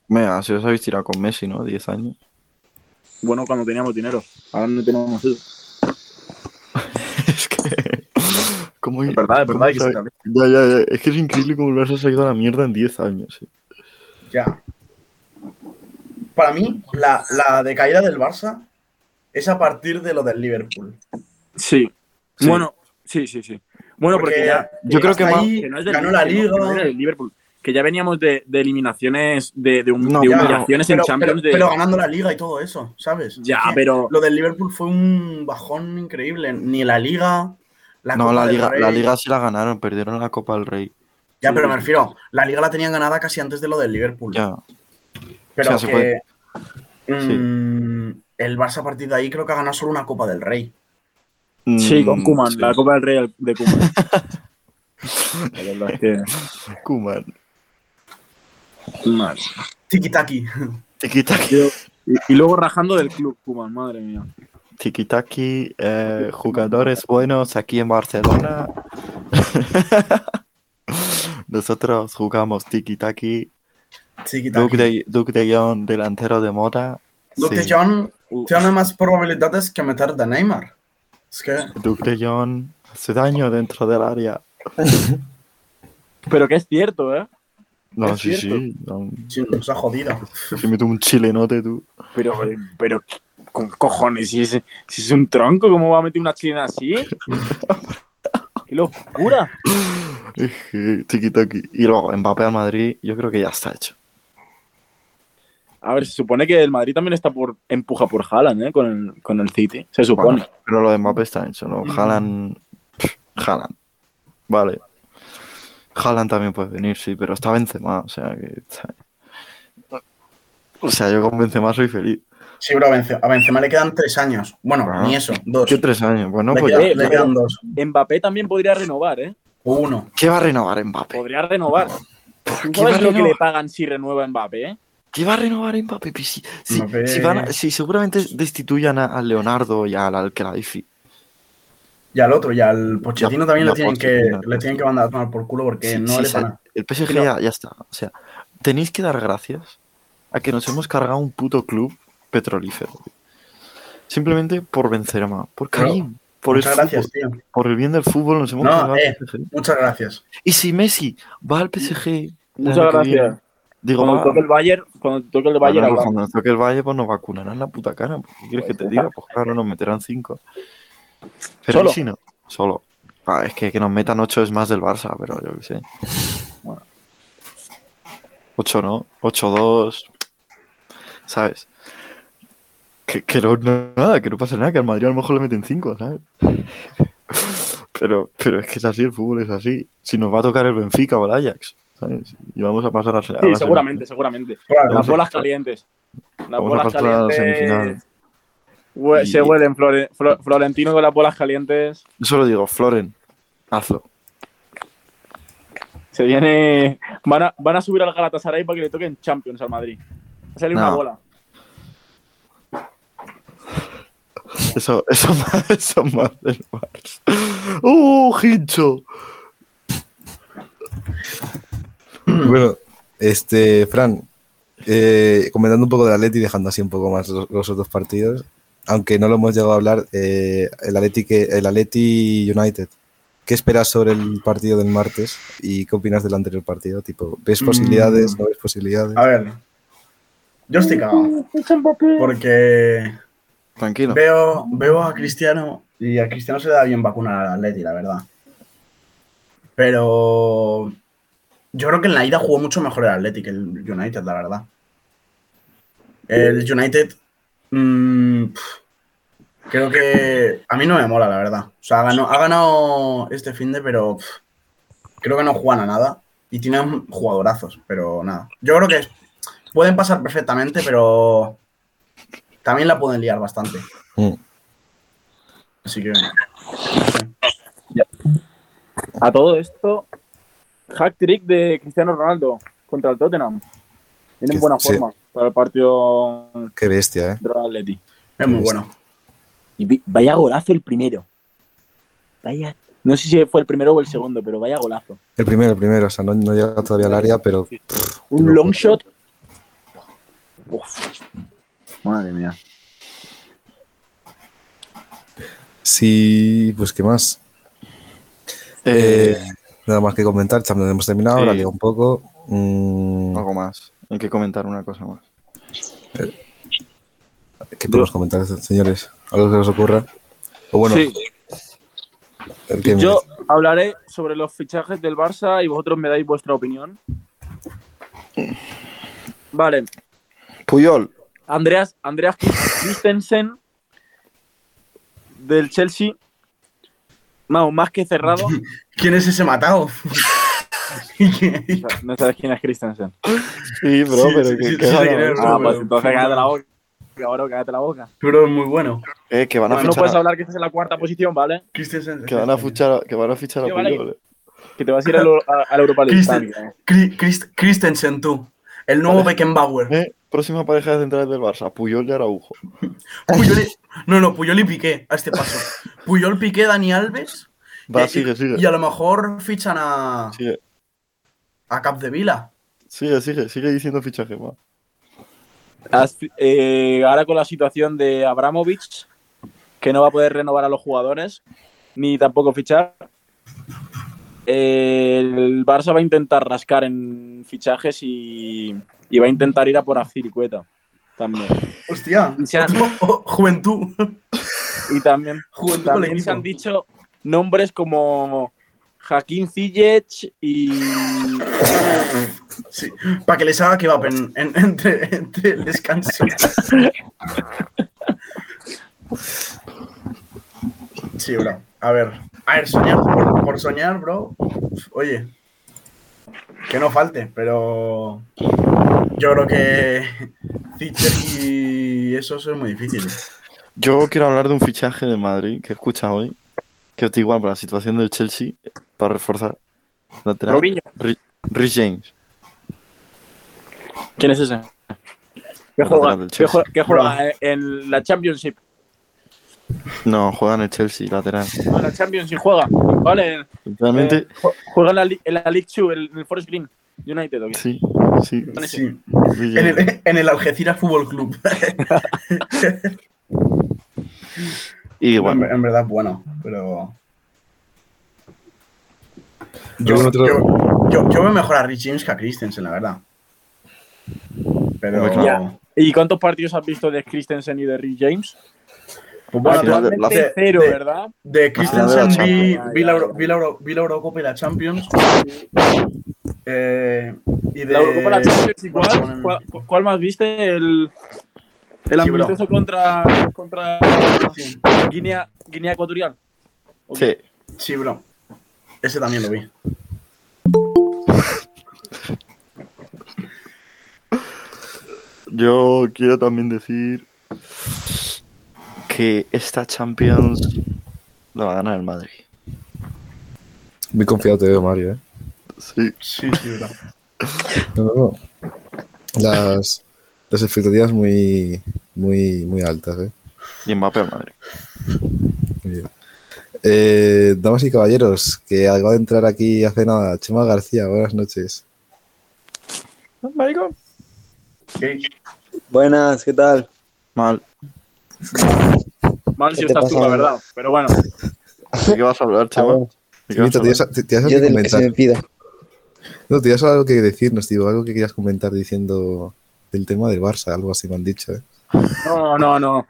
Speaker 4: Mira, si os habéis tirado con Messi, ¿no? 10 años.
Speaker 3: Bueno, cuando teníamos dinero, ahora no tenemos eso.
Speaker 4: es que. ¿Cómo,
Speaker 5: Es verdad, es
Speaker 4: cómo
Speaker 5: verdad. hay que
Speaker 4: sabe-
Speaker 5: ser realistas.
Speaker 4: Ya, ya, ya. Es que es increíble cómo el Barça se ha ido a la mierda en 10 años. eh. sí.
Speaker 5: Ya. Para mí, la, la decaída del Barça es a partir de lo del Liverpool.
Speaker 3: Sí.
Speaker 4: Sí.
Speaker 3: Bueno, sí, sí, sí. Bueno, porque, ya
Speaker 4: Yo creo que
Speaker 5: hasta
Speaker 4: más-
Speaker 5: ahí
Speaker 3: que no es del
Speaker 5: ganó la Liga.
Speaker 3: Liverpool, que no era del Liverpool, que ya veníamos de, de eliminaciones, de, de, hum-
Speaker 4: No,
Speaker 3: de
Speaker 5: ya,
Speaker 3: humillaciones
Speaker 5: pero,
Speaker 3: en
Speaker 5: pero-
Speaker 3: Champions. de-
Speaker 5: pero ganando la liga y todo eso, ¿sabes?
Speaker 3: Ya,
Speaker 5: Es que
Speaker 3: pero-
Speaker 5: Lo del Liverpool fue un bajón increíble. Ni la liga. La
Speaker 4: no,
Speaker 5: Copa
Speaker 4: la
Speaker 5: del
Speaker 4: liga,
Speaker 5: Rey.
Speaker 4: la liga sí la ganaron, perdieron la Copa del Rey.
Speaker 5: Ya, pero me refiero. La liga la tenían ganada casi antes de lo del Liverpool.
Speaker 4: Ya.
Speaker 5: pero
Speaker 4: o sea, se
Speaker 5: que.
Speaker 4: puede-
Speaker 5: mm, el Barça a partir de ahí creo que ha ganado solo una Copa del Rey.
Speaker 3: Sí, con
Speaker 4: Mm,
Speaker 3: Kuman,
Speaker 4: sí.
Speaker 3: la Copa del Rey de Kuman. La verdad es que-
Speaker 4: Koeman.
Speaker 3: mal.
Speaker 5: Tiki-taki.
Speaker 4: Tiki-taki.
Speaker 3: Yo- Y, y luego rajando del club Kuman, madre mía.
Speaker 4: Tiki-taki, eh, jugadores buenos aquí en Barcelona. Nosotros jugamos tiki-taki. Duke
Speaker 5: Tiki-taki.
Speaker 4: de, Duke de Jong, delantero de moda.
Speaker 5: Luke de
Speaker 4: Sí.
Speaker 5: Jong
Speaker 3: Uh,
Speaker 5: tiene más probabilidades que meter de Neymar. Es que.
Speaker 4: Duke de Jong hace daño dentro del área.
Speaker 3: pero que es cierto, ¿eh?
Speaker 4: No,
Speaker 3: Es
Speaker 4: sí,
Speaker 3: cierto.
Speaker 4: sí. No,
Speaker 5: Sí, nos ha jodido.
Speaker 4: se mete un chilenote tú.
Speaker 3: Pero, pero con cojones, si es, si es un tronco, ¿cómo va a meter una chilena así? ¡Qué locura!
Speaker 4: Es que tiki-taki. Y luego Mbappé al Madrid, yo creo que ya está hecho.
Speaker 3: A ver, se supone que el Madrid también está por empuja por Haaland, ¿eh? Con el, con el City, se supone.
Speaker 4: Bueno, pero lo de Mbappé está hecho, ¿no? Jalan. Jalan. Vale. Jalan también puede venir, sí, pero está Benzema, o sea que. está- O sea, yo con Benzema soy feliz.
Speaker 5: Sí, bro, a Benzema, a Benzema le quedan tres años. Bueno,
Speaker 4: Ah.
Speaker 5: ni eso, dos.
Speaker 4: ¿Qué tres años? Bueno,
Speaker 5: le,
Speaker 4: pues
Speaker 5: queda-
Speaker 4: ya.
Speaker 3: eh,
Speaker 5: le
Speaker 3: pero-
Speaker 5: quedan dos.
Speaker 3: Mbappé también podría renovar, ¿eh?
Speaker 5: O uno.
Speaker 4: ¿Qué va a renovar Mbappé?
Speaker 3: Podría renovar. ¿Tú
Speaker 4: Pues, qué va a
Speaker 3: sabes lo que
Speaker 4: renovar?
Speaker 3: le pagan si renueva Mbappé, eh?
Speaker 4: ¿Qué va a renovar Mbappé? Pues Si, si-
Speaker 5: Mbappé.
Speaker 4: si van a- si seguramente destituyan a, a Leonardo y al Alcraifi.
Speaker 5: Y al otro, y al Pochettino
Speaker 4: Ya,
Speaker 5: también
Speaker 4: ya
Speaker 5: le tienen,
Speaker 4: Pochettino.
Speaker 5: que, le tienen que mandar a tomar por culo porque
Speaker 4: Sí,
Speaker 5: no
Speaker 4: sí,
Speaker 5: le
Speaker 4: sí,
Speaker 5: van a...
Speaker 4: El PSG
Speaker 5: Pero-
Speaker 4: ya, ya está. O sea, tenéis que dar gracias a que nos hemos cargado un puto club petrolífero. Simplemente por Benzema, por
Speaker 5: Claro.
Speaker 4: Karim, por, el
Speaker 5: Muchas gracias, tío.
Speaker 4: fútbol, por el bien del fútbol nos hemos
Speaker 5: No,
Speaker 4: cargado
Speaker 5: eh.
Speaker 4: al PSG.
Speaker 5: Muchas gracias.
Speaker 4: Y si Messi va al PSG, el
Speaker 3: Muchas
Speaker 4: año que
Speaker 3: gracias.
Speaker 4: viene, digo,
Speaker 3: Cuando
Speaker 4: va,
Speaker 3: toque el Bayern, cuando toque el Bayern,
Speaker 4: bueno,
Speaker 3: hablamos.
Speaker 4: cuando nos toque el Valle, pues nos vacunarán la puta cara. pues, ¿Qué quieres que te diga? Pues claro, nos meterán cinco. Pero
Speaker 3: Solo.
Speaker 4: ¿y si no? Solo. Ah, es que que nos metan ocho es más del Barça, pero yo qué sé. Bueno. Ocho no, ocho dos. ¿Sabes? Que, que no, no- nada, que no pasa nada, que al Madrid a lo mejor le meten cinco, ¿sabes? Pero, pero es que es así, el fútbol es así. Si nos va a tocar el Benfica o el Ajax, ¿sabes? Y vamos a pasar a,
Speaker 3: Sí, seguramente, seguramente.
Speaker 5: Claro,
Speaker 3: Las bolas calientes. Las
Speaker 4: Vamos a
Speaker 3: bolas
Speaker 4: pasar a la
Speaker 3: calientes.
Speaker 4: semifinal.
Speaker 3: Hue-
Speaker 4: Y-
Speaker 3: Se huelen Flore- Flo- Florentino con las bolas calientes.
Speaker 4: Yo solo digo, Floren, hazlo.
Speaker 3: Se viene. Van a, van a subir al Galatasaray para que le toquen Champions al Madrid. Va a salir una
Speaker 4: No.
Speaker 3: bola.
Speaker 4: Eso, eso, más- eso más del Barça. ¡Uh, Hincho!
Speaker 1: Bueno, este, Fran, eh, comentando un poco del Atleti y dejando así un poco más los, los otros partidos, aunque no lo hemos llegado a hablar, eh, el, Atleti que, el Atleti United. ¿Qué esperas sobre el partido del martes y qué opinas del anterior partido? Tipo, ¿Ves posibilidades?
Speaker 5: Mm.
Speaker 1: ¿No ves posibilidades?
Speaker 4: Ah.
Speaker 5: A ver, yo estoy cagado. Porque
Speaker 4: Tranquilo.
Speaker 5: veo, veo a Cristiano y a Cristiano se le da bien vacunar al Atleti, la verdad. Pero yo creo que en la ida jugó mucho mejor el Atleti que el United, la verdad. El United mm, pf, creo que a mí no me mola, la verdad. O sea, ganó- ha ganado este fin de, pero pf, creo que no juegan a nada. Y tienen jugadorazos, pero nada. Yo creo que pueden pasar perfectamente, pero también la pueden liar bastante.
Speaker 1: Mm.
Speaker 5: Así que.
Speaker 3: A todo esto, hack trick de Cristiano Ronaldo contra el Tottenham. Tiene
Speaker 1: Que-
Speaker 3: buena
Speaker 1: sí.
Speaker 3: forma para el partido
Speaker 1: Qué bestia, ¿eh?
Speaker 3: contra el Atleti.
Speaker 5: Es muy bueno.
Speaker 3: Y vi- vaya golazo el primero. Vaya. No sé si fue el primero o el segundo, pero vaya golazo.
Speaker 1: El primero, el primero, o sea, no, no llega todavía al área, pero
Speaker 3: Un
Speaker 1: Qué
Speaker 3: long
Speaker 1: locura.
Speaker 3: shot. Uf. Madre mía.
Speaker 1: sí, pues ¿qué más? Eh,
Speaker 4: Eh,
Speaker 1: nada más que comentar, Champions hemos terminado,
Speaker 4: sí.
Speaker 1: la liga un poco. Mm,
Speaker 4: algo más. Hay que comentar una cosa más.
Speaker 1: ¿Qué podemos comentar, señores? Algo que os ocurra. O bueno,
Speaker 3: Sí,
Speaker 1: el que me-
Speaker 3: yo hablaré sobre los fichajes del Barça y vosotros me dais vuestra opinión. Vale,
Speaker 4: Puyol.
Speaker 3: Andreas, Andreas Christensen del Chelsea. Vamos, más que cerrado.
Speaker 5: ¿Quién es ese matado?
Speaker 3: No sabes quién es Christensen.
Speaker 4: Sí, bro,
Speaker 5: Sí,
Speaker 4: pero
Speaker 5: sí,
Speaker 4: que,
Speaker 5: sí,
Speaker 4: que
Speaker 5: sí,
Speaker 4: van a-
Speaker 5: creo.
Speaker 3: Ah, pues entonces cállate la boca. Cabrón, cállate la boca.
Speaker 5: Pero es muy bueno.
Speaker 4: eh, que van a
Speaker 3: Bueno, no
Speaker 4: fichar
Speaker 3: puedes
Speaker 4: a-
Speaker 3: hablar que estás en la cuarta posición, ¿vale?
Speaker 5: Christensen.
Speaker 4: que van a fichar a- que van a fichar a
Speaker 3: Sí, vale.
Speaker 4: Puyol. eh.
Speaker 3: Que te vas a ir al, a- al Europa League.
Speaker 5: Christen-
Speaker 3: también, ¿eh?
Speaker 5: Cri- Christ- Christensen, tú. El nuevo Beckenbauer.
Speaker 4: Eh, próxima pareja de centrales del Barça, Puyol y Araujo.
Speaker 5: Puyol y- No, no, Puyol y Piqué a este paso. Puyol, Piqué, Dani Alves.
Speaker 4: Va,
Speaker 5: eh,
Speaker 4: sigue,
Speaker 5: y-
Speaker 4: sigue.
Speaker 5: Y a lo mejor fichan a,
Speaker 4: Sigue,
Speaker 5: a Capdevila.
Speaker 4: sigue, sigue, sigue diciendo fichaje, va.
Speaker 3: Has- eh, ahora con la situación de Abramovich, que no va a poder renovar a los jugadores, ni tampoco fichar, eh, el Barça va a intentar rascar en fichajes y, y va a intentar ir a por Azpilicueta también.
Speaker 5: Hostia.
Speaker 3: Y se han-
Speaker 5: Oh, Juventud.
Speaker 3: Y también,
Speaker 5: Juventud con el
Speaker 3: también
Speaker 5: equipo.
Speaker 3: se han dicho nombres como Jaquín Ziyech y...
Speaker 5: Sí, para que les haga kebab en, en- entre, entre el descanso. Sí, bro. A ver. A ver, soñar por, por soñar, bro. Oye. Que no falte, pero. Yo creo que. Teacher y eso es muy difícil.
Speaker 4: Yo quiero hablar de un fichaje de Madrid que he escuchado hoy, que está igual para la situación del Chelsea, para reforzar. Lateral.
Speaker 3: Robinho.
Speaker 4: Ri- Rhys James.
Speaker 3: ¿Quién es ese? Que
Speaker 4: El lateral
Speaker 3: juega,
Speaker 4: del
Speaker 3: que
Speaker 4: Chelsea.
Speaker 3: juega- que juega en la Championship.
Speaker 4: No, juega en el Chelsea, lateral.
Speaker 3: No, en Ah, la Championship juega. Vale, en-
Speaker 4: Realmente,
Speaker 3: Eh, ju- juega en la, li- en la League 2, en el Forest Green United. ¿o qué?
Speaker 4: sí, sí.
Speaker 5: Sí.
Speaker 4: Rhys
Speaker 5: En
Speaker 4: James.
Speaker 5: el, en el Algeciras Fútbol Club.
Speaker 4: Y
Speaker 5: En,
Speaker 4: bueno,
Speaker 5: en verdad, bueno, pero.
Speaker 1: Yo con otro-
Speaker 5: yo- yo- yo veo mejor a Rich James que a Christensen, la verdad. Pero.
Speaker 4: Hombre,
Speaker 3: claro. ¿Y cuántos partidos has visto de Christensen y de Rick James?
Speaker 5: Pues
Speaker 4: Al
Speaker 5: bueno,
Speaker 4: final de-
Speaker 5: de,
Speaker 3: Actualmente
Speaker 4: la-
Speaker 3: cero,
Speaker 5: de-
Speaker 3: ¿verdad?
Speaker 5: de
Speaker 4: al
Speaker 5: Christensen
Speaker 4: final de la
Speaker 5: vi,
Speaker 3: Champions.
Speaker 5: vi la, Euro- vi la Euro- vi la Eurocopa y la Champions. Eh, y de.
Speaker 3: La Eurocopa, la Champions, ¿y
Speaker 5: Barcelona.
Speaker 3: cuál, cuál- cuál más viste? El, el
Speaker 5: Sí, bro.
Speaker 3: amistoso contra, contra
Speaker 5: Sí.
Speaker 3: Guinea, Guinea Ecuatorial.
Speaker 4: sí,
Speaker 5: Sí, bro. Ese también lo vi.
Speaker 4: Yo quiero también decir que esta Champions la va a ganar el Madrid.
Speaker 1: Muy confiado te veo, Mario, ¿eh?
Speaker 4: Sí.
Speaker 5: Sí, sí, bro.
Speaker 1: No, no, no. Las, las expectativas muy, muy, muy altas, ¿eh?
Speaker 4: Y Mbappé al Madrid.
Speaker 1: Muy bien. Eh, damas y caballeros, que acaba de entrar aquí hace nada. Chema García, buenas noches.
Speaker 3: Marico.
Speaker 5: Sí.
Speaker 6: Buenas, ¿qué tal?
Speaker 4: Mal.
Speaker 3: Mal si
Speaker 6: ¿Qué te
Speaker 3: estás tú,
Speaker 6: pasa?
Speaker 3: la verdad. Pero bueno,
Speaker 4: ¿De qué vas a hablar, chaval? ¿De qué vas
Speaker 1: Chimito,
Speaker 4: a hablar?
Speaker 1: ¿tienes, te- tienes
Speaker 6: Yo
Speaker 1: algo que
Speaker 6: de lo que se
Speaker 1: comentar?
Speaker 6: me pida.
Speaker 1: No, tienes algo que decirnos, tío. Algo que querías comentar diciendo del tema del Barça, algo así me han dicho, ¿eh?
Speaker 3: no, no, no.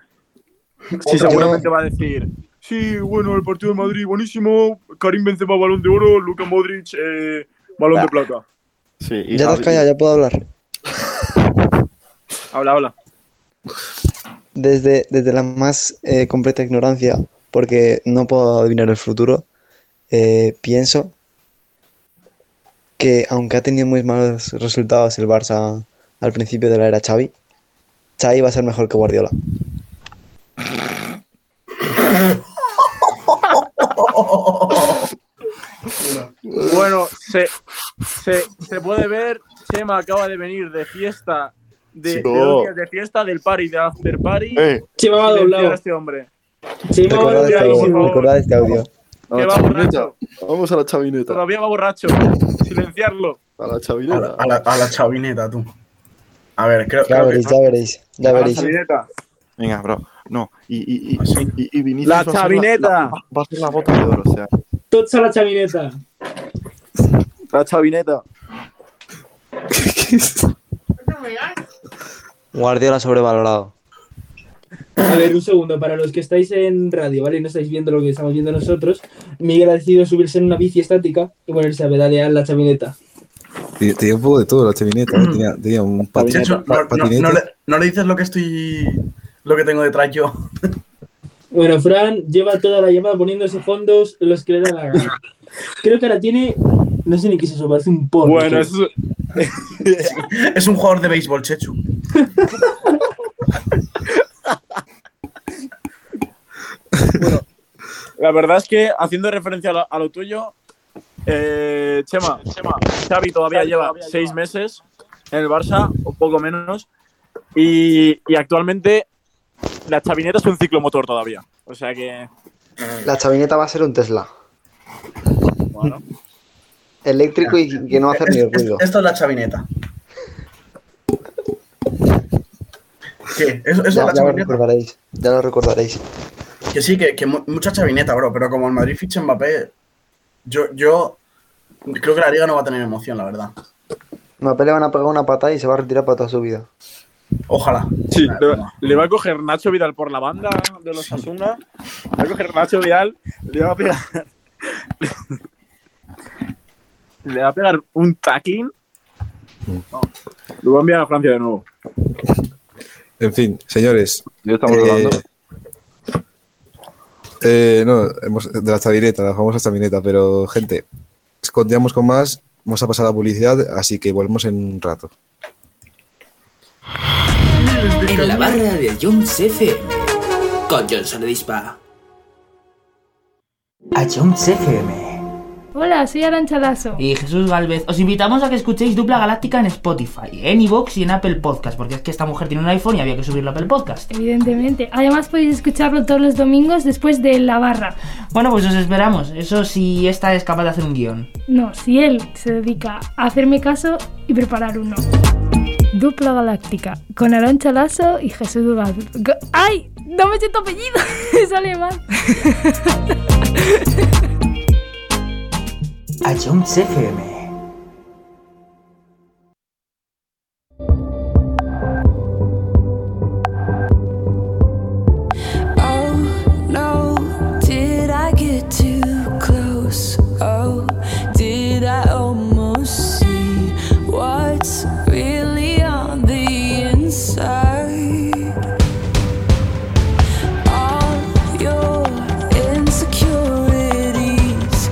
Speaker 3: Sí,
Speaker 6: Otra
Speaker 3: seguramente va a decir. Sí, bueno, el partido de Madrid, buenísimo. Karim Benzema, balón de oro. Luka Modric, eh, balón de plata.
Speaker 4: Sí, y
Speaker 6: Ya te has
Speaker 4: Javi-
Speaker 6: callado, ya puedo hablar.
Speaker 3: Habla, habla.
Speaker 6: Desde, desde la más eh, completa ignorancia, porque no puedo adivinar el futuro, eh, pienso que aunque ha tenido muy malos resultados el Barça al principio de la era Xavi, Xavi va a ser mejor que Guardiola.
Speaker 3: Bueno, se, se, se puede ver, Chema acaba de venir de fiesta, de,
Speaker 4: Sí.
Speaker 3: de dos días de fiesta, del party, de after party.
Speaker 4: Eh,
Speaker 7: Chema va
Speaker 3: Silenciar a
Speaker 7: doblado.
Speaker 3: este hombre.
Speaker 7: Chema va
Speaker 6: Recordad este
Speaker 3: ahí, por
Speaker 6: audio,
Speaker 3: favor.
Speaker 7: dobladísimo.
Speaker 6: recordad este audio.
Speaker 4: a
Speaker 3: Que
Speaker 4: la
Speaker 3: va
Speaker 4: chavineta.
Speaker 3: borracho,
Speaker 4: Vamos a la chavineta.
Speaker 3: todavía va borracho. Silenciarlo.
Speaker 4: A la
Speaker 5: A la,
Speaker 4: chavineta.
Speaker 5: a la- a la chavineta, tú. A ver, creo,
Speaker 6: Ya
Speaker 5: creo que.
Speaker 6: veréis, ya veréis, ya
Speaker 3: A la
Speaker 6: veréis.
Speaker 3: chavineta.
Speaker 4: Venga, bro. No, y, y, y,
Speaker 5: Así.
Speaker 4: y, y Vinicius
Speaker 3: La
Speaker 4: va a ser
Speaker 3: chavineta.
Speaker 4: la- va a ser la bota de oro, o sea.
Speaker 7: Tocha la chavineta.
Speaker 3: La chavineta.
Speaker 6: Guardiola sobrevalorado.
Speaker 7: A ver, un segundo, para los que estáis en radio, ¿vale? Y No estáis viendo lo que estamos viendo nosotros. Miguel ha decidido subirse en una bici estática y ponerse a pedalear la chavineta.
Speaker 1: Tenía- Tenía un poco de todo la chevineta. ¿eh? Tenía, tenía un patinete.
Speaker 5: Checho, no, no-
Speaker 1: patinete.
Speaker 5: no le, no le dices lo que estoy. Lo que tengo detrás yo.
Speaker 7: Bueno, Fran lleva toda la llamada poniéndose fondos los que le da la gana. Creo que ahora tiene. No sé ni qué es eso, parece un porno.
Speaker 3: Bueno, eso es-
Speaker 5: Es un jugador de béisbol, Chechu.
Speaker 3: la verdad es que haciendo referencia a lo, a lo tuyo, eh, Chema, Xavi todavía lleva seis meses en el Barça, un poco menos, y, y actualmente la chavineta es un ciclomotor todavía. O sea que,
Speaker 6: La chavineta va a ser un Tesla.
Speaker 3: bueno.
Speaker 6: Eléctrico y que no va a hacer ni
Speaker 5: Es- es-
Speaker 6: ruido.
Speaker 5: esto es la chavineta. ¿Qué? Eso, eso es
Speaker 6: Ya,
Speaker 5: la
Speaker 6: ya lo
Speaker 5: chavineta.
Speaker 6: recordaréis, ya lo recordaréis.
Speaker 5: Que sí, que, que mu- mucha chavineta, bro. Pero como el Madrid ficha a Mbappé, yo, yo creo que la liga no va a tener emoción, la verdad.
Speaker 6: Mbappé le van a pegar una patada y se va a retirar para toda su vida.
Speaker 5: Ojalá.
Speaker 3: Sí, le, va- le va a coger Nacho Vidal por la banda de los Asuna. Va a coger Nacho Vidal, le va a pegar. le va a pegar un tackling. No, Lo va a enviar a Francia de nuevo.
Speaker 1: En fin, señores.
Speaker 4: Ya estamos
Speaker 1: eh,
Speaker 4: hablando.
Speaker 1: eh, no, hemos, de la chavineta, de la famosa chavineta, pero gente, continuamos con más. Vamos a pasar a la publicidad, así que volvemos en un rato.
Speaker 2: En la barra de Jones FM. Con Johnson Dispa.
Speaker 8: a Jones FM.
Speaker 9: Hola, soy Arancha Lazo.
Speaker 8: Y Jesús Galvez, os invitamos a que escuchéis Dupla Galáctica en Spotify, en iVoox y en Apple Podcast, porque es que esta mujer tiene un iPhone y había que subirlo a Apple Podcast.
Speaker 9: Evidentemente. Además podéis escucharlo todos los domingos después de La Barra.
Speaker 8: Bueno, pues os esperamos, eso si esta es capaz de hacer un guión.
Speaker 9: No, si él se dedica a hacerme caso y preparar uno. Dupla Galáctica, con Arancha Lazo y Jesús Durán. ¡Ay! ¡No me sé tu apellido! Me sale mal.
Speaker 8: A Jones FM.
Speaker 10: Oh no, did I get too close? Oh, did I almost see what's really on the inside? All your insecurities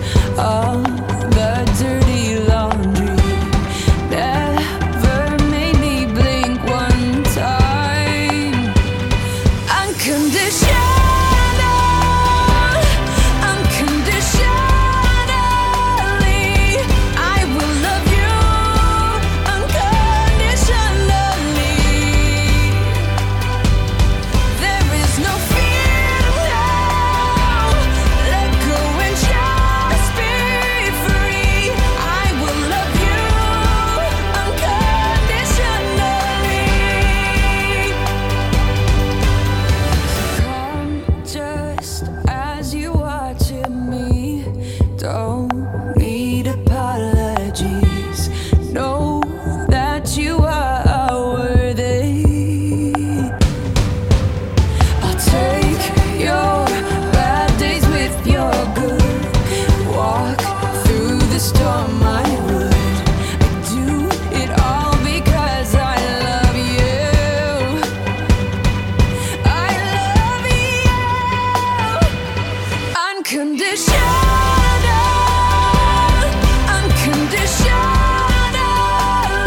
Speaker 10: Unconditional, unconditionally,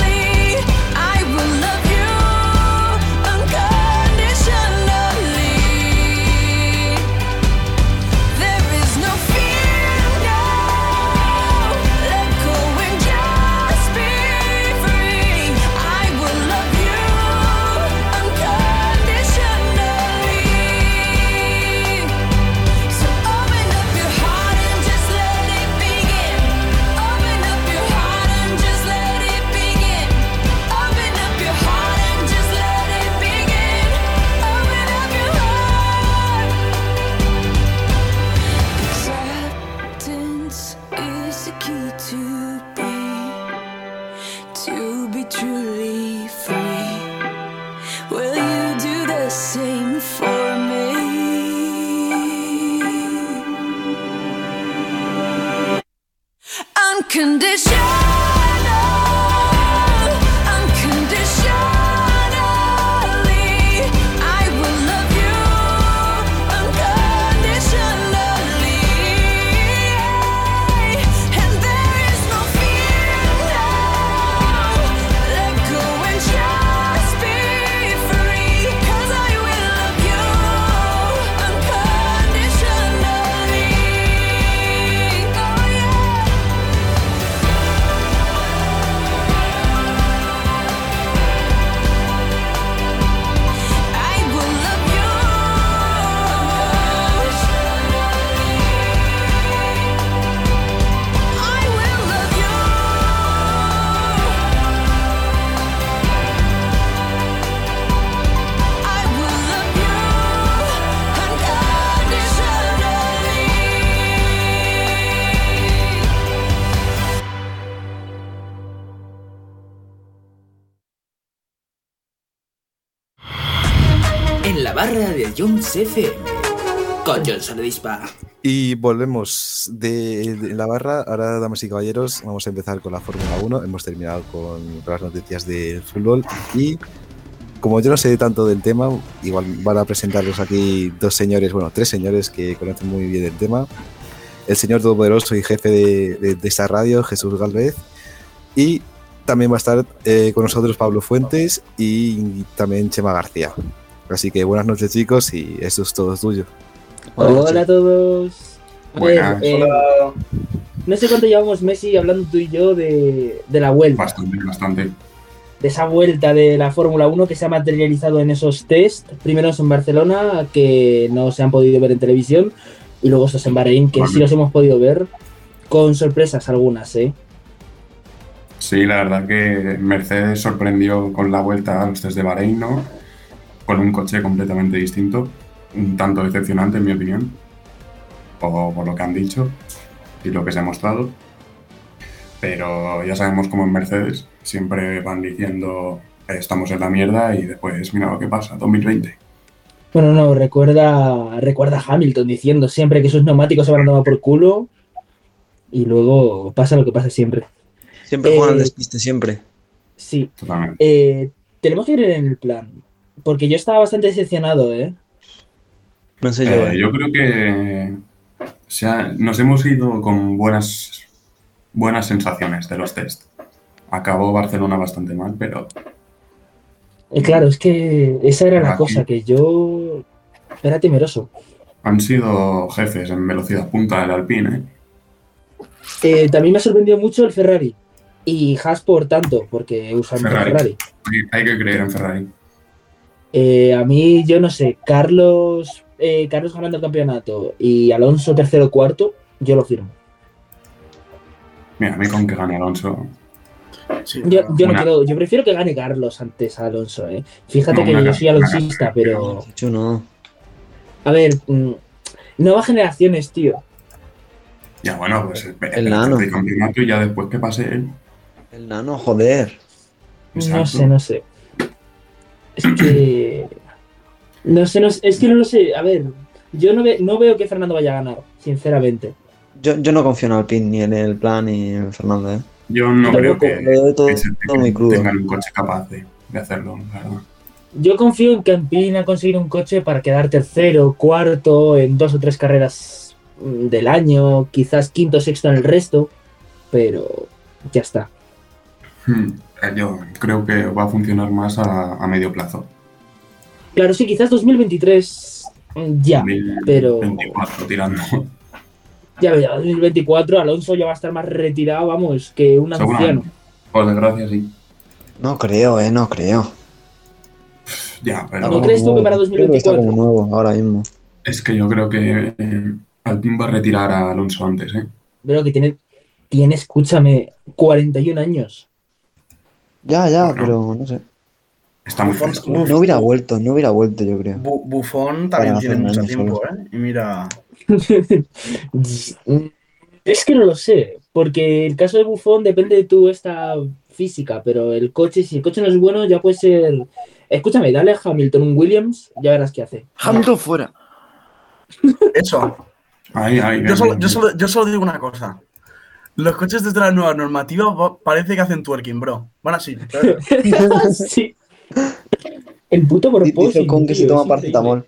Speaker 10: I will love you unconditionally. There is no fear, no. Let go and just be free. I will love you unconditionally. So open up your heart and just let it begin. Open up your heart and just let it begin. Open up your heart and just let it begin. Open up your heart. Acceptance is the key to be, to be truly free. Will you do the same for me? Oh, Unconditional, unconditionally, I will love you unconditionally, and there is no fear now. Let go and just be free, 'cause I will love you unconditionally. Oh yeah. I will love you I will love you I will love you unconditionally
Speaker 2: En la barra de Jones FM. Con Johnson Dispa.
Speaker 1: Y volvemos de, de la barra. Ahora, damas y caballeros, vamos a empezar con la Fórmula 1. Hemos terminado con las noticias del fútbol. Y como yo no sé tanto del tema, igual van a presentarlos aquí dos señores, bueno, tres señores que conocen muy bien el tema. El señor todopoderoso y jefe de, de- de esta radio, Jesús Galvez. Y también va a estar eh, con nosotros Pablo Fuentes y también Chema García. Así que buenas noches chicos y esto es todo tuyo.
Speaker 7: Hola a todos. A ver,
Speaker 1: Buenas.
Speaker 7: eh, no sé cuánto llevamos Messi hablando tú y yo de, de la vuelta.
Speaker 11: Bastante, bastante.
Speaker 7: de esa vuelta de la Fórmula 1 que se ha materializado en esos test, primeros en Barcelona, que no se han podido ver en televisión, y luego estos en Bahrein, que sí los hemos podido ver, con sorpresas algunas, ¿eh?
Speaker 11: Sí, la verdad que Mercedes sorprendió con la vuelta a los test de Bahrein, ¿no? Con un coche completamente distinto, un tanto decepcionante en mi opinión, por, por lo que han dicho y lo que se ha mostrado. Pero ya sabemos cómo en Mercedes siempre van diciendo "Eh, estamos en la mierda y después mira lo que pasa, 2020.
Speaker 7: Bueno, no, recuerda, recuerda a Hamilton diciendo siempre que sus neumáticos se van a tomar por culo, y luego pasa lo que pasa siempre.
Speaker 6: Siempre juegan al
Speaker 7: Eh,
Speaker 6: despiste, siempre.
Speaker 7: Sí. Eh, tenemos que ir en el plan, porque yo estaba bastante decepcionado, ¿eh?
Speaker 6: No sé
Speaker 11: Eh, yo creo que se ha- nos hemos ido con buenas, buenas sensaciones de los test. Acabó Barcelona bastante mal, pero
Speaker 7: Eh, claro, es que esa era la
Speaker 11: Aquí.
Speaker 7: cosa, que yo era temeroso.
Speaker 11: han sido jefes en velocidad punta del Alpine. ¿eh?
Speaker 7: Eh, también me ha sorprendido mucho el Ferrari. Y Haas por tanto, porque usan mucho
Speaker 11: Ferrari.
Speaker 7: Ferrari.
Speaker 11: Hay- Hay que creer en Ferrari.
Speaker 7: Eh, a mí, yo no sé, Carlos, eh, Carlos ganando el campeonato y Alonso tercero cuarto, yo lo firmo.
Speaker 11: Mira, a mí con que gane Alonso.
Speaker 7: Yo, yo no
Speaker 11: Una-
Speaker 7: quiero, yo prefiero que gane Carlos antes a Alonso, eh. Fíjate
Speaker 11: No,
Speaker 7: que
Speaker 11: una
Speaker 7: yo
Speaker 11: ca-
Speaker 7: soy
Speaker 11: una
Speaker 7: alonsista, pero. A ver, mm, nuevas generaciones, tío.
Speaker 11: Ya bueno, pues espera,
Speaker 6: El nano.
Speaker 11: el campeonato y ya después que pase él.
Speaker 6: El nano, joder.
Speaker 7: No sé, no sé. Es que. No sé, no sé, es que no lo sé. A ver, yo no, ve- no veo que Fernando vaya a ganar, sinceramente.
Speaker 6: Yo, yo no confío en Alpine, ni en el plan, ni en Fernando, ¿eh?
Speaker 11: Yo no creo
Speaker 6: Tampoco,
Speaker 11: que,
Speaker 6: lo veo todo-
Speaker 11: que se-
Speaker 6: todo muy crudo.
Speaker 11: tengan un coche capaz de, de hacerlo, la verdad.
Speaker 7: Yo confío en que Alpine ha conseguido un coche para quedar tercero, cuarto, en dos o tres carreras mm, del año, quizás quinto o sexto en el resto, pero ya está.
Speaker 11: Hmm, eh, Yo creo que va a funcionar más a, a medio plazo.
Speaker 7: Claro, sí, quizás 2023 mm, ya, pero
Speaker 11: 24 tirando.
Speaker 7: ya verá, 2024 Alonso ya va a estar más retirado, vamos, que un anciano.
Speaker 11: Seguramente. Por desgracia, sí.
Speaker 6: No creo, eh, no creo.
Speaker 11: Ya, pero.
Speaker 7: ¿No crees tú que para
Speaker 6: Creo que está
Speaker 7: 2024?
Speaker 6: como nuevo ahora mismo.
Speaker 11: Es que yo creo que eh, Alpine va a retirar a Alonso antes, ¿eh?
Speaker 7: Pero que tiene, tiene, escúchame, 41 años.
Speaker 6: Ya, ya, pero no sé.
Speaker 11: Está muy
Speaker 5: fresco.
Speaker 6: No, no hubiera vuelto, no hubiera vuelto, yo creo.
Speaker 5: Bu- Buffon también
Speaker 6: Para
Speaker 5: tiene
Speaker 6: hacer
Speaker 5: mucho
Speaker 6: años,
Speaker 5: tiempo, ¿eh? Y mira,
Speaker 7: Es que no lo sé, porque el caso de Bufón depende de tu esta física, pero el coche, si el coche no es bueno, ya puede ser. Escúchame, dale a Hamilton un Williams, ya verás qué hace.
Speaker 5: Hamilton fuera. Eso.
Speaker 11: Ahí, ahí,
Speaker 5: Yo
Speaker 11: bien,
Speaker 5: solo,
Speaker 11: bien.
Speaker 5: yo solo- yo solo digo una cosa. Los coches desde la nueva normativa va- parece que hacen twerking, bro. Van así.
Speaker 7: sí. El puto
Speaker 6: Dice
Speaker 7: propósito.
Speaker 6: con que se
Speaker 7: Pues tío, es
Speaker 6: toma
Speaker 7: increíble.
Speaker 6: paracetamol.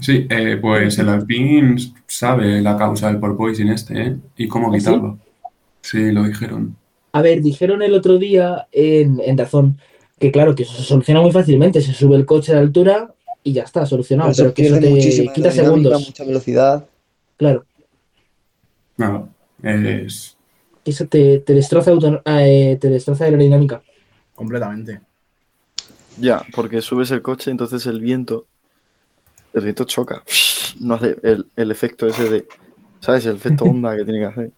Speaker 11: Sí, eh, pues el Alpine sabe la causa del porpoising este, ¿eh? Y cómo
Speaker 7: ¿Ah, sí?
Speaker 11: quitarlo. Sí, lo dijeron.
Speaker 7: A ver, dijeron el otro día en, en Dazón que, claro, que eso se soluciona muy fácilmente. Se sube el coche de altura y ya está, solucionado.
Speaker 6: Eso
Speaker 7: Pero que eso
Speaker 6: pierde
Speaker 7: te
Speaker 6: muchísima
Speaker 7: quita
Speaker 6: aerodinámica,
Speaker 7: segundos.
Speaker 6: Mucha velocidad.
Speaker 7: Claro,
Speaker 11: Nada, es...
Speaker 7: que eso te, te destroza auto- eh, te destroza aerodinámica.
Speaker 5: Completamente.
Speaker 4: Ya, porque subes el coche, entonces el viento. El viento choca. No hace el, el efecto ese de. ¿Sabes? El efecto onda que tiene que hacer.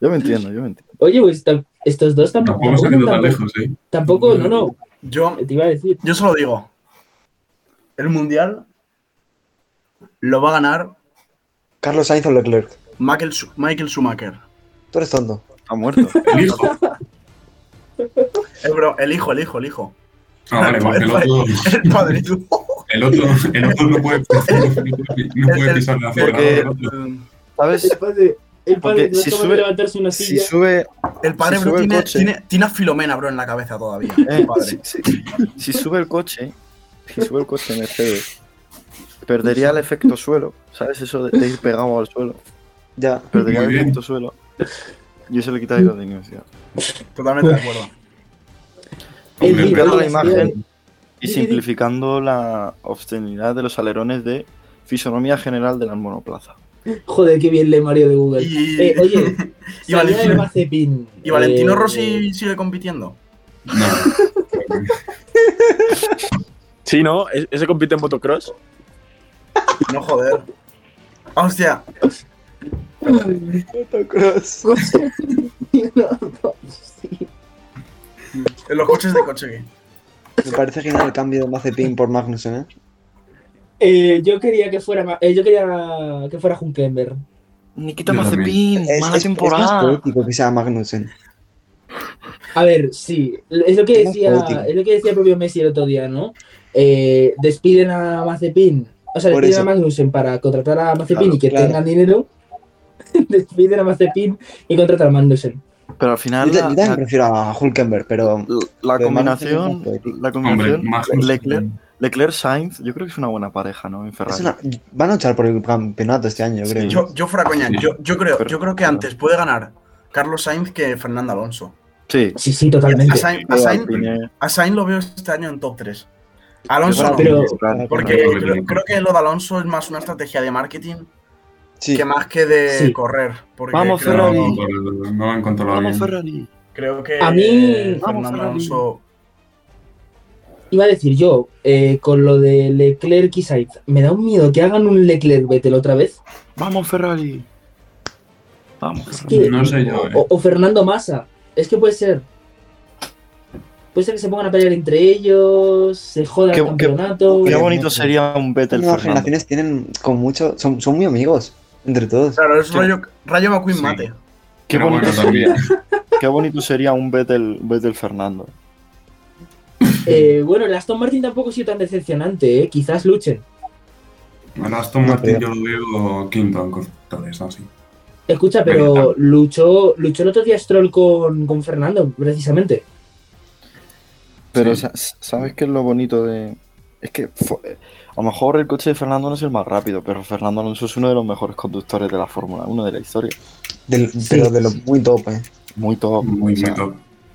Speaker 4: Yo me entiendo, yo me entiendo.
Speaker 7: Oye, pues tam- estos dos tampoco.
Speaker 11: Tampoco se ha
Speaker 7: tampoco,
Speaker 11: ido tan lejos, ¿eh?
Speaker 7: tampoco, no, no,
Speaker 5: Yo,
Speaker 7: te iba a decir.
Speaker 5: yo solo digo. El mundial lo va a ganar
Speaker 6: Carlos Sainz o Leclerc.
Speaker 5: Michael, Schu- Michael Schumacher.
Speaker 6: Tú eres tonto.
Speaker 4: Ha muerto.
Speaker 11: El hijo.
Speaker 5: Eh, bro, el hijo, el hijo, el hijo.
Speaker 11: Ah, vale, porque el otro,
Speaker 5: El padre.
Speaker 11: el otro, el otro no puede, no puede pisar la
Speaker 4: Porque-
Speaker 11: fuera. ¿no? El otro.
Speaker 5: Mm,
Speaker 4: ¿Sabes?
Speaker 7: padre, el
Speaker 4: Porque si
Speaker 7: acaba
Speaker 4: sube-
Speaker 7: levantarse una
Speaker 4: Si sube,
Speaker 5: El padre,
Speaker 4: Si
Speaker 5: bro,
Speaker 4: sube el
Speaker 5: tiene,
Speaker 4: coche.
Speaker 5: tiene- tiene a Filomena, bro, en la cabeza todavía.
Speaker 4: eh,
Speaker 5: El padre.
Speaker 4: si, si- si sube el coche, si sube el coche Mercedes, perdería el efecto suelo. ¿Sabes? Eso de, de ir pegado al suelo.
Speaker 6: Ya.
Speaker 4: Perdería
Speaker 11: Muy
Speaker 4: el
Speaker 11: bien.
Speaker 4: efecto suelo. Y eso le quita aerodinámica.
Speaker 5: Totalmente de acuerdo.
Speaker 7: El libro
Speaker 11: Hombre,
Speaker 4: Limpiando
Speaker 7: de
Speaker 4: la
Speaker 7: las
Speaker 4: imagen y
Speaker 7: Sí, sí, sí.
Speaker 4: simplificando la obscenidad de los alerones de fisonomía general de la monoplaza.
Speaker 7: piedras. Joder, qué bien le Mario de Google.
Speaker 5: Y-
Speaker 7: Eh, oye,
Speaker 5: y
Speaker 7: salida de
Speaker 5: Valentino-
Speaker 7: Mazepin.
Speaker 5: ¿Y Valentino
Speaker 7: Eh,
Speaker 5: Rossi sigue compitiendo?
Speaker 11: No.
Speaker 3: Sí, ¿no? ¿E- ¿Ese compite en motocross?
Speaker 5: No joder. Ah, Hostia, en los coches de coche.
Speaker 6: Me parece genial el cambio de Mazepin por Magnussen, ¿eh?
Speaker 7: Eh, yo quería que fuera ma- eh, yo quería que fuera Hunkenberg.
Speaker 4: Nikita
Speaker 11: Yo también.
Speaker 6: Es,
Speaker 4: Mazepin, mala
Speaker 6: es- es más
Speaker 4: temporada.
Speaker 6: poético que sea Magnussen.
Speaker 7: A ver, sí, es lo que
Speaker 6: Es más
Speaker 7: decía,
Speaker 6: poético.
Speaker 7: es lo que decía el propio Messi el otro día, ¿no? Eh, despiden a Mazepin, o sea,
Speaker 6: Por
Speaker 7: despiden
Speaker 6: eso.
Speaker 7: a Magnussen para contratar a Mazepin
Speaker 4: Claro,
Speaker 7: y que
Speaker 6: claro.
Speaker 7: tengan dinero. despiden a Mazepin y contratan a Magnussen.
Speaker 4: Pero al final
Speaker 6: Yo, ta-
Speaker 4: la,
Speaker 6: yo también
Speaker 4: la-
Speaker 6: prefiero a Hulkenberg, pero
Speaker 4: la
Speaker 6: Pero Magnussen es
Speaker 4: combinación,
Speaker 6: más poético.
Speaker 4: la
Speaker 11: Hombre,
Speaker 4: combinación
Speaker 11: más
Speaker 4: Leclerc, Leclerc Sainz, yo creo que es una buena pareja, ¿no? En
Speaker 6: es
Speaker 4: Ferrari.
Speaker 6: una- van a luchar por el campeonato este año, yo
Speaker 4: Sí,
Speaker 6: creo.
Speaker 5: Yo, yo fuera coña, yo, yo creo, yo creo que antes puede ganar Carlos Sainz que Fernando Alonso.
Speaker 4: Sí.
Speaker 7: Sí, sí,
Speaker 5: A
Speaker 7: totalmente.
Speaker 5: Sainz, a Sainz- a Sainz lo veo este año en top 3. Alonso
Speaker 7: Pero-
Speaker 5: no,
Speaker 7: pero-
Speaker 5: porque
Speaker 11: Yo creo que
Speaker 5: creo,
Speaker 11: no.
Speaker 5: creo que lo de Alonso es más una estrategia de marketing
Speaker 6: Sí.
Speaker 5: que más que de
Speaker 7: Sí.
Speaker 5: correr. porque
Speaker 4: Vamos,
Speaker 5: creo,
Speaker 4: Ferrari.
Speaker 11: No, no han controlado bien.
Speaker 4: Vamos Ferrari.
Speaker 5: creo que
Speaker 7: A mí-
Speaker 5: Fernando Alonso
Speaker 7: Iba a decir yo, eh, con lo de Leclerc y Sainz, me da un miedo que hagan un Leclerc Vettel otra vez.
Speaker 4: Vamos Ferrari. Vamos.
Speaker 7: Es que-
Speaker 11: No sé eh.
Speaker 4: eh,
Speaker 11: yo,
Speaker 7: o, o Fernando Massa. Es que puede ser. Puede ser que se pongan a pelear entre ellos, se joda
Speaker 4: Qué-
Speaker 7: el
Speaker 4: qué-
Speaker 7: campeonato.
Speaker 4: Qué
Speaker 6: Bien,
Speaker 4: bonito
Speaker 6: bien.
Speaker 4: sería un Vettel
Speaker 6: Las nuevas
Speaker 4: Fernando.
Speaker 6: generaciones tienen con mucho, son, son muy amigos entre todos.
Speaker 5: Claro, es
Speaker 4: Yo-
Speaker 5: rayo, rayo McQueen
Speaker 11: Sí.
Speaker 5: mate.
Speaker 4: Qué
Speaker 11: Pero
Speaker 4: bonito
Speaker 11: bueno,
Speaker 4: sería.
Speaker 11: también.
Speaker 4: Qué bonito sería un Vettel, Vettel Fernando.
Speaker 7: Eh, bueno, el Aston Martin tampoco ha sido tan decepcionante, ¿eh? Quizás luchen.
Speaker 11: Al Aston
Speaker 6: No
Speaker 11: Martin yo
Speaker 6: creo.
Speaker 11: lo veo quinto en constructores, así.
Speaker 7: Escucha, pero luchó, luchó el otro día Stroll con, con Fernando, precisamente.
Speaker 4: Pero
Speaker 11: Sí.
Speaker 4: sa- ¿sabes qué es lo bonito de...? Es que fue- A lo mejor el coche de Fernando no es el más rápido, pero Fernando Alonso es uno de los mejores conductores de la Fórmula 1 de la historia.
Speaker 6: Del- Pero de los muy top, eh.
Speaker 4: Muy top.
Speaker 11: Muy,
Speaker 4: muy
Speaker 11: top.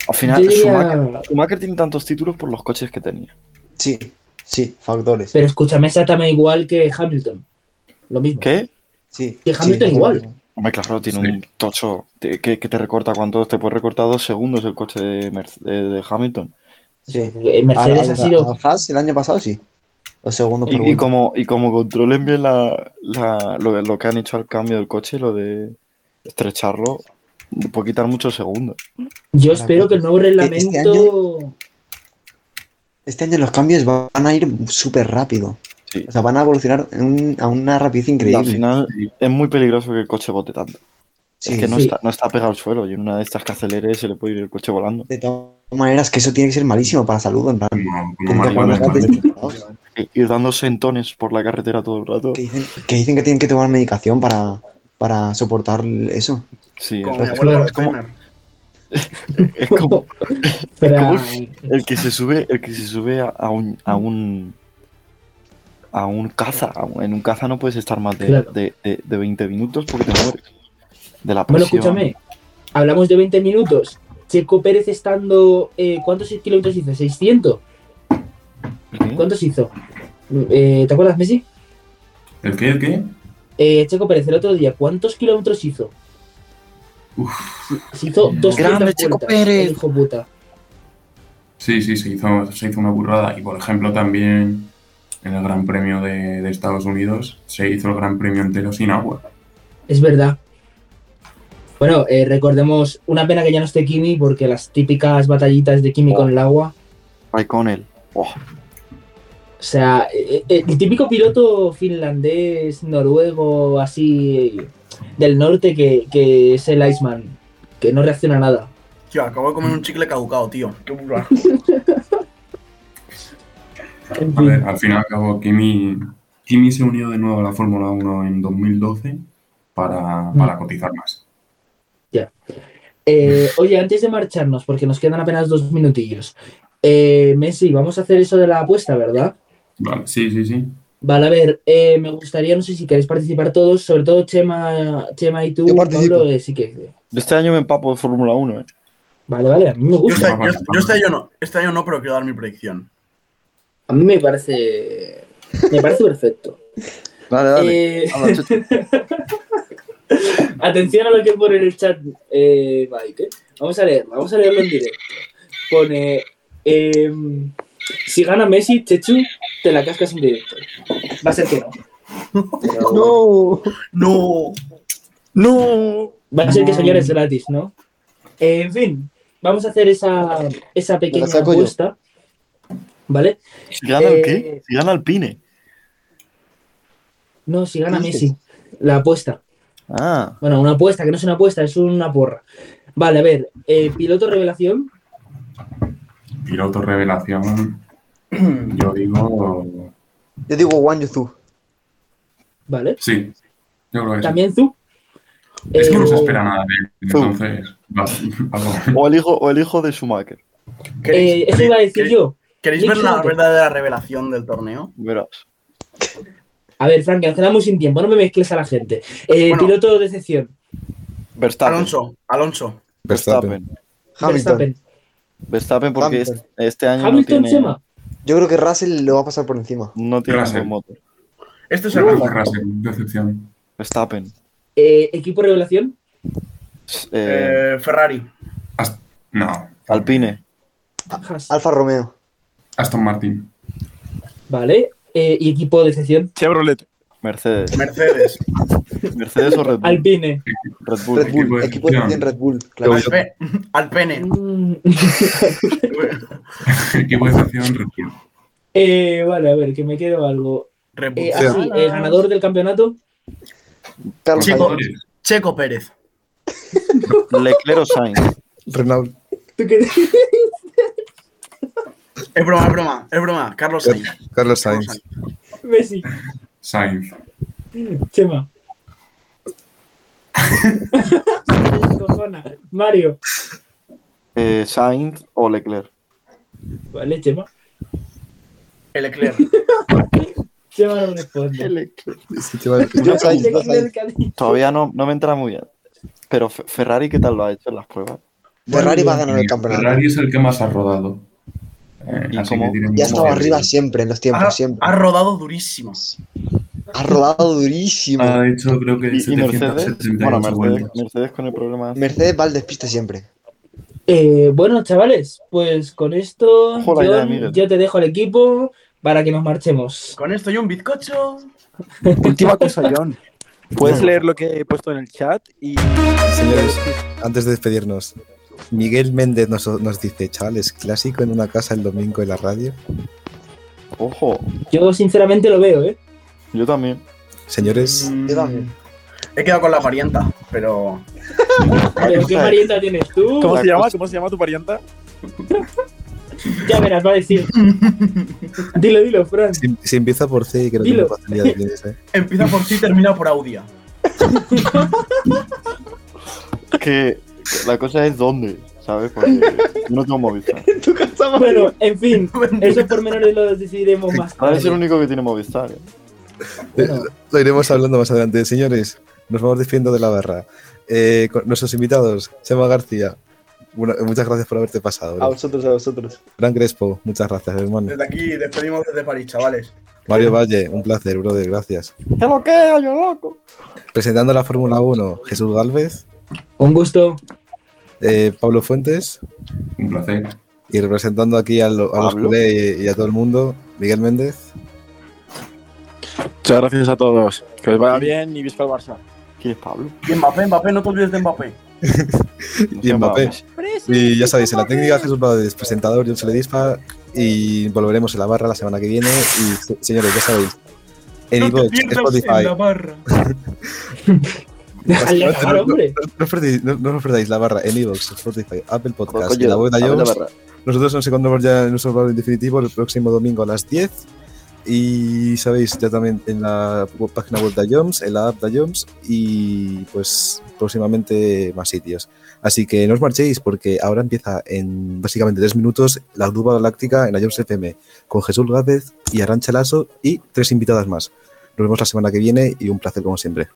Speaker 4: Al final,
Speaker 6: Yo diría-
Speaker 4: Schumacher, Schumacher tiene tantos títulos por los coches que tenía.
Speaker 6: Sí, sí, factores.
Speaker 7: Pero escúchame, es también igual que Hamilton. Lo mismo.
Speaker 4: ¿Qué?
Speaker 6: Sí.
Speaker 7: Que Hamilton igual.
Speaker 4: Hombre, claro, tiene un tocho te- que, que te recorta cuánto, te puede recortar dos segundos el coche de, Merce- de- de Hamilton.
Speaker 6: Sí.
Speaker 7: Eh, Mercedes
Speaker 6: A-
Speaker 7: ha
Speaker 6: a-
Speaker 7: sido-
Speaker 6: a Haas el año pasado sí. Los segundos por
Speaker 4: Y, y
Speaker 6: vuelta.
Speaker 4: como, y como controlen bien la, la- lo, lo que han hecho al cambio del coche, lo de estrecharlo, puede quitar muchos segundos.
Speaker 7: Yo espero que el nuevo reglamento.
Speaker 6: Este año- Este año los cambios van a ir súper rápido.
Speaker 4: Sí.
Speaker 6: O sea, van a evolucionar en un- a una rapidez
Speaker 4: Y al
Speaker 6: increíble.
Speaker 4: final es muy peligroso que el coche bote tanto.
Speaker 6: Sí,
Speaker 4: es que no,
Speaker 6: sí.
Speaker 4: está, no está pegado al suelo y en una de estas que acelere se le puede ir el coche volando.
Speaker 6: De todas maneras, que eso tiene que ser malísimo para salud, en plan. Tienen que
Speaker 4: Mario
Speaker 6: tomar
Speaker 4: López.
Speaker 6: medicamentos,
Speaker 4: I- Ir dando sentones por la carretera todo el rato.
Speaker 6: Que dicen que tienen que tomar medicación para, para soportar eso.
Speaker 4: Sí,
Speaker 6: Como
Speaker 4: es-
Speaker 6: mi abuelo
Speaker 4: es como- es como,
Speaker 6: Pero-
Speaker 4: es como el que se sube, el que se sube a, a un a un a un caza. A un- en un caza no puedes estar más de,
Speaker 7: Claro.
Speaker 4: de, de- de 20 minutos porque te mueres. De la
Speaker 7: Bueno,
Speaker 4: presión.
Speaker 7: escúchame. Hablamos de 20 minutos. Checo Pérez estando. eh, ¿Cuántos kilómetros hizo? ¿600? ¿Cuántos hizo? Eh, ¿Te acuerdas, Messi?
Speaker 11: ¿El qué? ¿El qué?
Speaker 7: Eh, Checo Pérez el otro día, ¿cuántos kilómetros hizo? Se hizo 200
Speaker 11: Grande, Checo
Speaker 7: vueltas, el hijo puta.
Speaker 11: Sí, sí, se hizo, se hizo una burrada. Y por ejemplo, también en el Gran Premio de, de Estados Unidos se hizo el Gran Premio entero sin agua.
Speaker 7: Es verdad. Bueno, eh, recordemos, una pena que ya no esté Kimi, porque las típicas batallitas de Kimi con el agua.
Speaker 4: Raikkonen. Oh,
Speaker 7: O sea, eh, eh, el típico piloto finlandés, noruego, así del norte que, que es el Iceman, que no reacciona a nada.
Speaker 5: Tío, acabo de comer un chicle caducado, tío. Qué burra.
Speaker 11: A ver, al fin y al cabo, Kimi, Kimi se unió de nuevo a la Fórmula 1 en 2012 para,
Speaker 3: Mm.
Speaker 11: para cotizar más.
Speaker 7: Eh, oye, antes de marcharnos, porque nos quedan apenas dos minutillos. eh, Messi, vamos a hacer eso de la apuesta, ¿verdad?
Speaker 11: Vale, sí, sí, sí.
Speaker 7: Vale, a ver, eh, me gustaría, no sé si queréis participar todos, sobre todo Chema, Chema y tú, Pablo, eh, sí que.
Speaker 4: Este año me empapo de Fórmula 1, eh.
Speaker 7: Vale, vale, a mí me
Speaker 5: Yo, este,
Speaker 7: gusta.
Speaker 5: yo- yo este año no, este año no, pero quiero dar mi predicción.
Speaker 7: A mí me parece. Me parece perfecto.
Speaker 4: Dale,
Speaker 7: dale. Atención a lo que pone en el chat, eh, Mike. eh. Vamos a leerlo, vamos a leerlo en directo. Pone. em, si gana Messi, Chechu, te la cascas en directo. Va a ser que no.
Speaker 5: No, no, no.
Speaker 7: Va a ser que soñar es gratis, ¿no? Eh, en fin, vamos a hacer esa, esa pequeña
Speaker 4: saco yo.
Speaker 7: apuesta. ¿Vale?
Speaker 4: Si gana el
Speaker 7: Eh,
Speaker 4: qué? Si gana el Pine.
Speaker 7: No, si gana
Speaker 4: ¿Qué dices?
Speaker 7: Messi. La apuesta.
Speaker 4: Ah.
Speaker 7: Bueno, una apuesta, que no es una apuesta, es una porra. Vale, a ver, eh, piloto revelación.
Speaker 11: Piloto revelación. Yo digo.
Speaker 6: Yo digo Wang Yuzu.
Speaker 7: Vale.
Speaker 11: Sí. Yo creo que sí.
Speaker 7: También Zu.
Speaker 11: Es que no se
Speaker 7: Eh,
Speaker 11: espera nada de él, entonces. va- va-
Speaker 4: O el hijo, o el hijo de Schumacher.
Speaker 7: Eh, eso iba a decir yo.
Speaker 5: ¿Queréis
Speaker 7: Mick
Speaker 5: ver la
Speaker 7: Schumacher.
Speaker 5: verdadera revelación del torneo?
Speaker 4: Verás.
Speaker 7: A ver, Frank, que nos quedamos sin tiempo, no me mezcles a la gente. Eh,
Speaker 5: Bueno.
Speaker 7: Piloto decepción.
Speaker 4: Verstappen.
Speaker 5: Alonso, Alonso.
Speaker 4: Verstappen.
Speaker 7: Verstappen.
Speaker 4: Verstappen porque es-
Speaker 6: Hamilton.
Speaker 4: este, año no
Speaker 7: Hamilton,
Speaker 4: tiene,
Speaker 7: Chema.
Speaker 6: Yo creo que Russell lo va a pasar por encima.
Speaker 4: no tiene
Speaker 11: Russell.
Speaker 4: buen motor.
Speaker 5: Este es
Speaker 11: Yo
Speaker 5: el
Speaker 11: creo que
Speaker 5: gran-
Speaker 11: Russell, decepción.
Speaker 4: Verstappen.
Speaker 7: Eh, equipo revelación.
Speaker 4: Eh,
Speaker 5: eh, Ferrari.
Speaker 11: No.
Speaker 4: Alpine.
Speaker 7: Haas.
Speaker 6: Alfa Romeo.
Speaker 11: Aston Martin.
Speaker 7: Vale. Eh, y equipo decepción.
Speaker 3: Chevrolet.
Speaker 4: Mercedes.
Speaker 5: Mercedes.
Speaker 4: Mercedes o Red Bull.
Speaker 7: Alpine.
Speaker 4: Red Bull.
Speaker 6: Red Bull.
Speaker 11: Equipo de
Speaker 6: Equipo de
Speaker 11: decepción.
Speaker 6: Red Bull. Claro.
Speaker 5: Alpe- Alpene.
Speaker 7: Mm,
Speaker 11: Equipo de decepción, Red Bull.
Speaker 7: eh, vale, a ver, que me quedo algo.
Speaker 5: Red Bull.
Speaker 7: Eh, así, eh, ganador del campeonato.
Speaker 6: Carlos
Speaker 5: Chico.
Speaker 6: Sainz.
Speaker 5: Checo Pérez.
Speaker 4: Leclerc o Sainz.
Speaker 1: Renault.
Speaker 7: ¿Tú qué dices?
Speaker 5: Es broma, es broma, es broma. Carlos Sainz.
Speaker 1: Carlos Sainz.
Speaker 7: Messi.
Speaker 11: Sainz.
Speaker 7: Chema. Cojona. Mario.
Speaker 4: Eh, Sainz o Leclerc.
Speaker 7: Vale, Chema.
Speaker 5: El Leclerc.
Speaker 7: Llevaron un
Speaker 4: Electro.
Speaker 7: Yo soy Leclerc, ha dicho.
Speaker 4: Todavía no, no me entra muy bien. Pero Fe- Ferrari, ¿qué tal lo ha hecho en las pruebas?
Speaker 6: Ferrari va a ganar el campeonato.
Speaker 11: Ferrari es el que más ha rodado. Eh, así que tienen
Speaker 6: Ya ha
Speaker 11: mucho
Speaker 6: estado
Speaker 11: que
Speaker 6: arriba
Speaker 11: ver.
Speaker 6: siempre en los tiempos, siempre.
Speaker 5: Ha rodado durísimas.
Speaker 6: Ha rodado durísimo.
Speaker 11: Ha hecho creo que
Speaker 4: Y, y Mercedes,
Speaker 11: 778
Speaker 4: bueno, Mercedes,
Speaker 11: vueltas.
Speaker 4: Mercedes con el problema.
Speaker 6: Mercedes va al despiste siempre.
Speaker 7: Eh, bueno, chavales, pues con esto
Speaker 4: Joder,
Speaker 7: John,
Speaker 4: ya, Miguel.
Speaker 7: yo te dejo el equipo para que nos marchemos.
Speaker 5: Con esto y un bizcocho.
Speaker 3: Última cosa, John. ¿Puedes
Speaker 1: Bueno.
Speaker 3: leer lo que he puesto en el chat? Y
Speaker 1: Señores, antes de despedirnos, Miguel Méndez nos, nos dice, chavales, clásico en una casa el domingo en la radio.
Speaker 4: Ojo,
Speaker 7: Yo sinceramente lo veo, ¿eh?
Speaker 4: yo también.
Speaker 1: Señores,
Speaker 5: Mm.
Speaker 6: Yo también.
Speaker 5: He quedado con la parienta, pero.
Speaker 7: Pero qué parienta tienes tú.
Speaker 3: ¿Cómo
Speaker 4: La
Speaker 3: se llama?
Speaker 4: cosa-
Speaker 3: ¿Cómo se llama tu parienta?
Speaker 7: Ya verás, va a decir. dilo, dilo, Fran.
Speaker 1: si, si empieza por C, creo que
Speaker 7: Dilo.
Speaker 1: no pasa el día de bienes, ¿eh?
Speaker 5: Empieza por sí y termina por Audia.
Speaker 4: Que la cosa es dónde, ¿sabes? Porque yo no tengo Movistar.
Speaker 7: Bueno, en fin, esos pormenores los decidiremos más
Speaker 4: Ahora es el
Speaker 7: tarde.
Speaker 4: único que tiene Movistar. ¿eh?
Speaker 1: Lo iremos hablando más adelante. Señores, nos vamos despidiendo de la barra. Eh, con nuestros invitados, Sema García, bueno, muchas gracias por haberte pasado.
Speaker 6: A
Speaker 1: bro.
Speaker 6: vosotros, a vosotros.
Speaker 1: Fran Crespo, muchas gracias, hermano.
Speaker 5: Desde aquí despedimos desde París, chavales.
Speaker 1: Mario Valle, un placer, brother, gracias.
Speaker 4: ¿Qué lo que es, yo loco?
Speaker 1: Presentando la Fórmula 1, Jesús Galvez,
Speaker 7: Un gusto.
Speaker 1: eh, Pablo Fuentes
Speaker 11: Un placer.
Speaker 1: y representando aquí a, lo- a los
Speaker 4: Pablo.
Speaker 1: culés y, y a todo el mundo, Miguel Méndez.
Speaker 3: Muchas gracias a todos. Que os vaya bien y visca el Barça.
Speaker 4: ¿Quién es Pablo?
Speaker 5: Y Mbappé, Mbappé, no te olvides de Mbappé.
Speaker 4: No
Speaker 1: Y
Speaker 4: sé,
Speaker 1: Mbappé.
Speaker 4: Pablo.
Speaker 1: Y ya sabéis, en la técnica Jesús Valdés, presentador, John Seledispa, y volveremos en la barra la semana que viene. Y se- señores, ya sabéis, en iVoox, Spotify,
Speaker 5: barra.
Speaker 7: Dejadle
Speaker 1: Pues,
Speaker 7: acabar,
Speaker 1: no,
Speaker 7: hombre.
Speaker 1: No os, perdáis, no- no os perdáis la barra en Evox, Spotify, Apple Podcast,
Speaker 4: Coño,
Speaker 1: la web de
Speaker 4: abre
Speaker 1: iOS.
Speaker 4: barra.
Speaker 1: Nosotros nos encontramos ya en nuestro barrio definitivo el próximo domingo a las 10. Y sabéis, ya también en la web- página web de Jones, en la app de Jones y pues próximamente más sitios. Así que no os marchéis porque ahora empieza en básicamente tres minutos la Duba Galáctica en la Jones FM con Jesús Gávez y Arantxa Lasso y tres invitadas más. Nos vemos la semana que viene y un placer como siempre.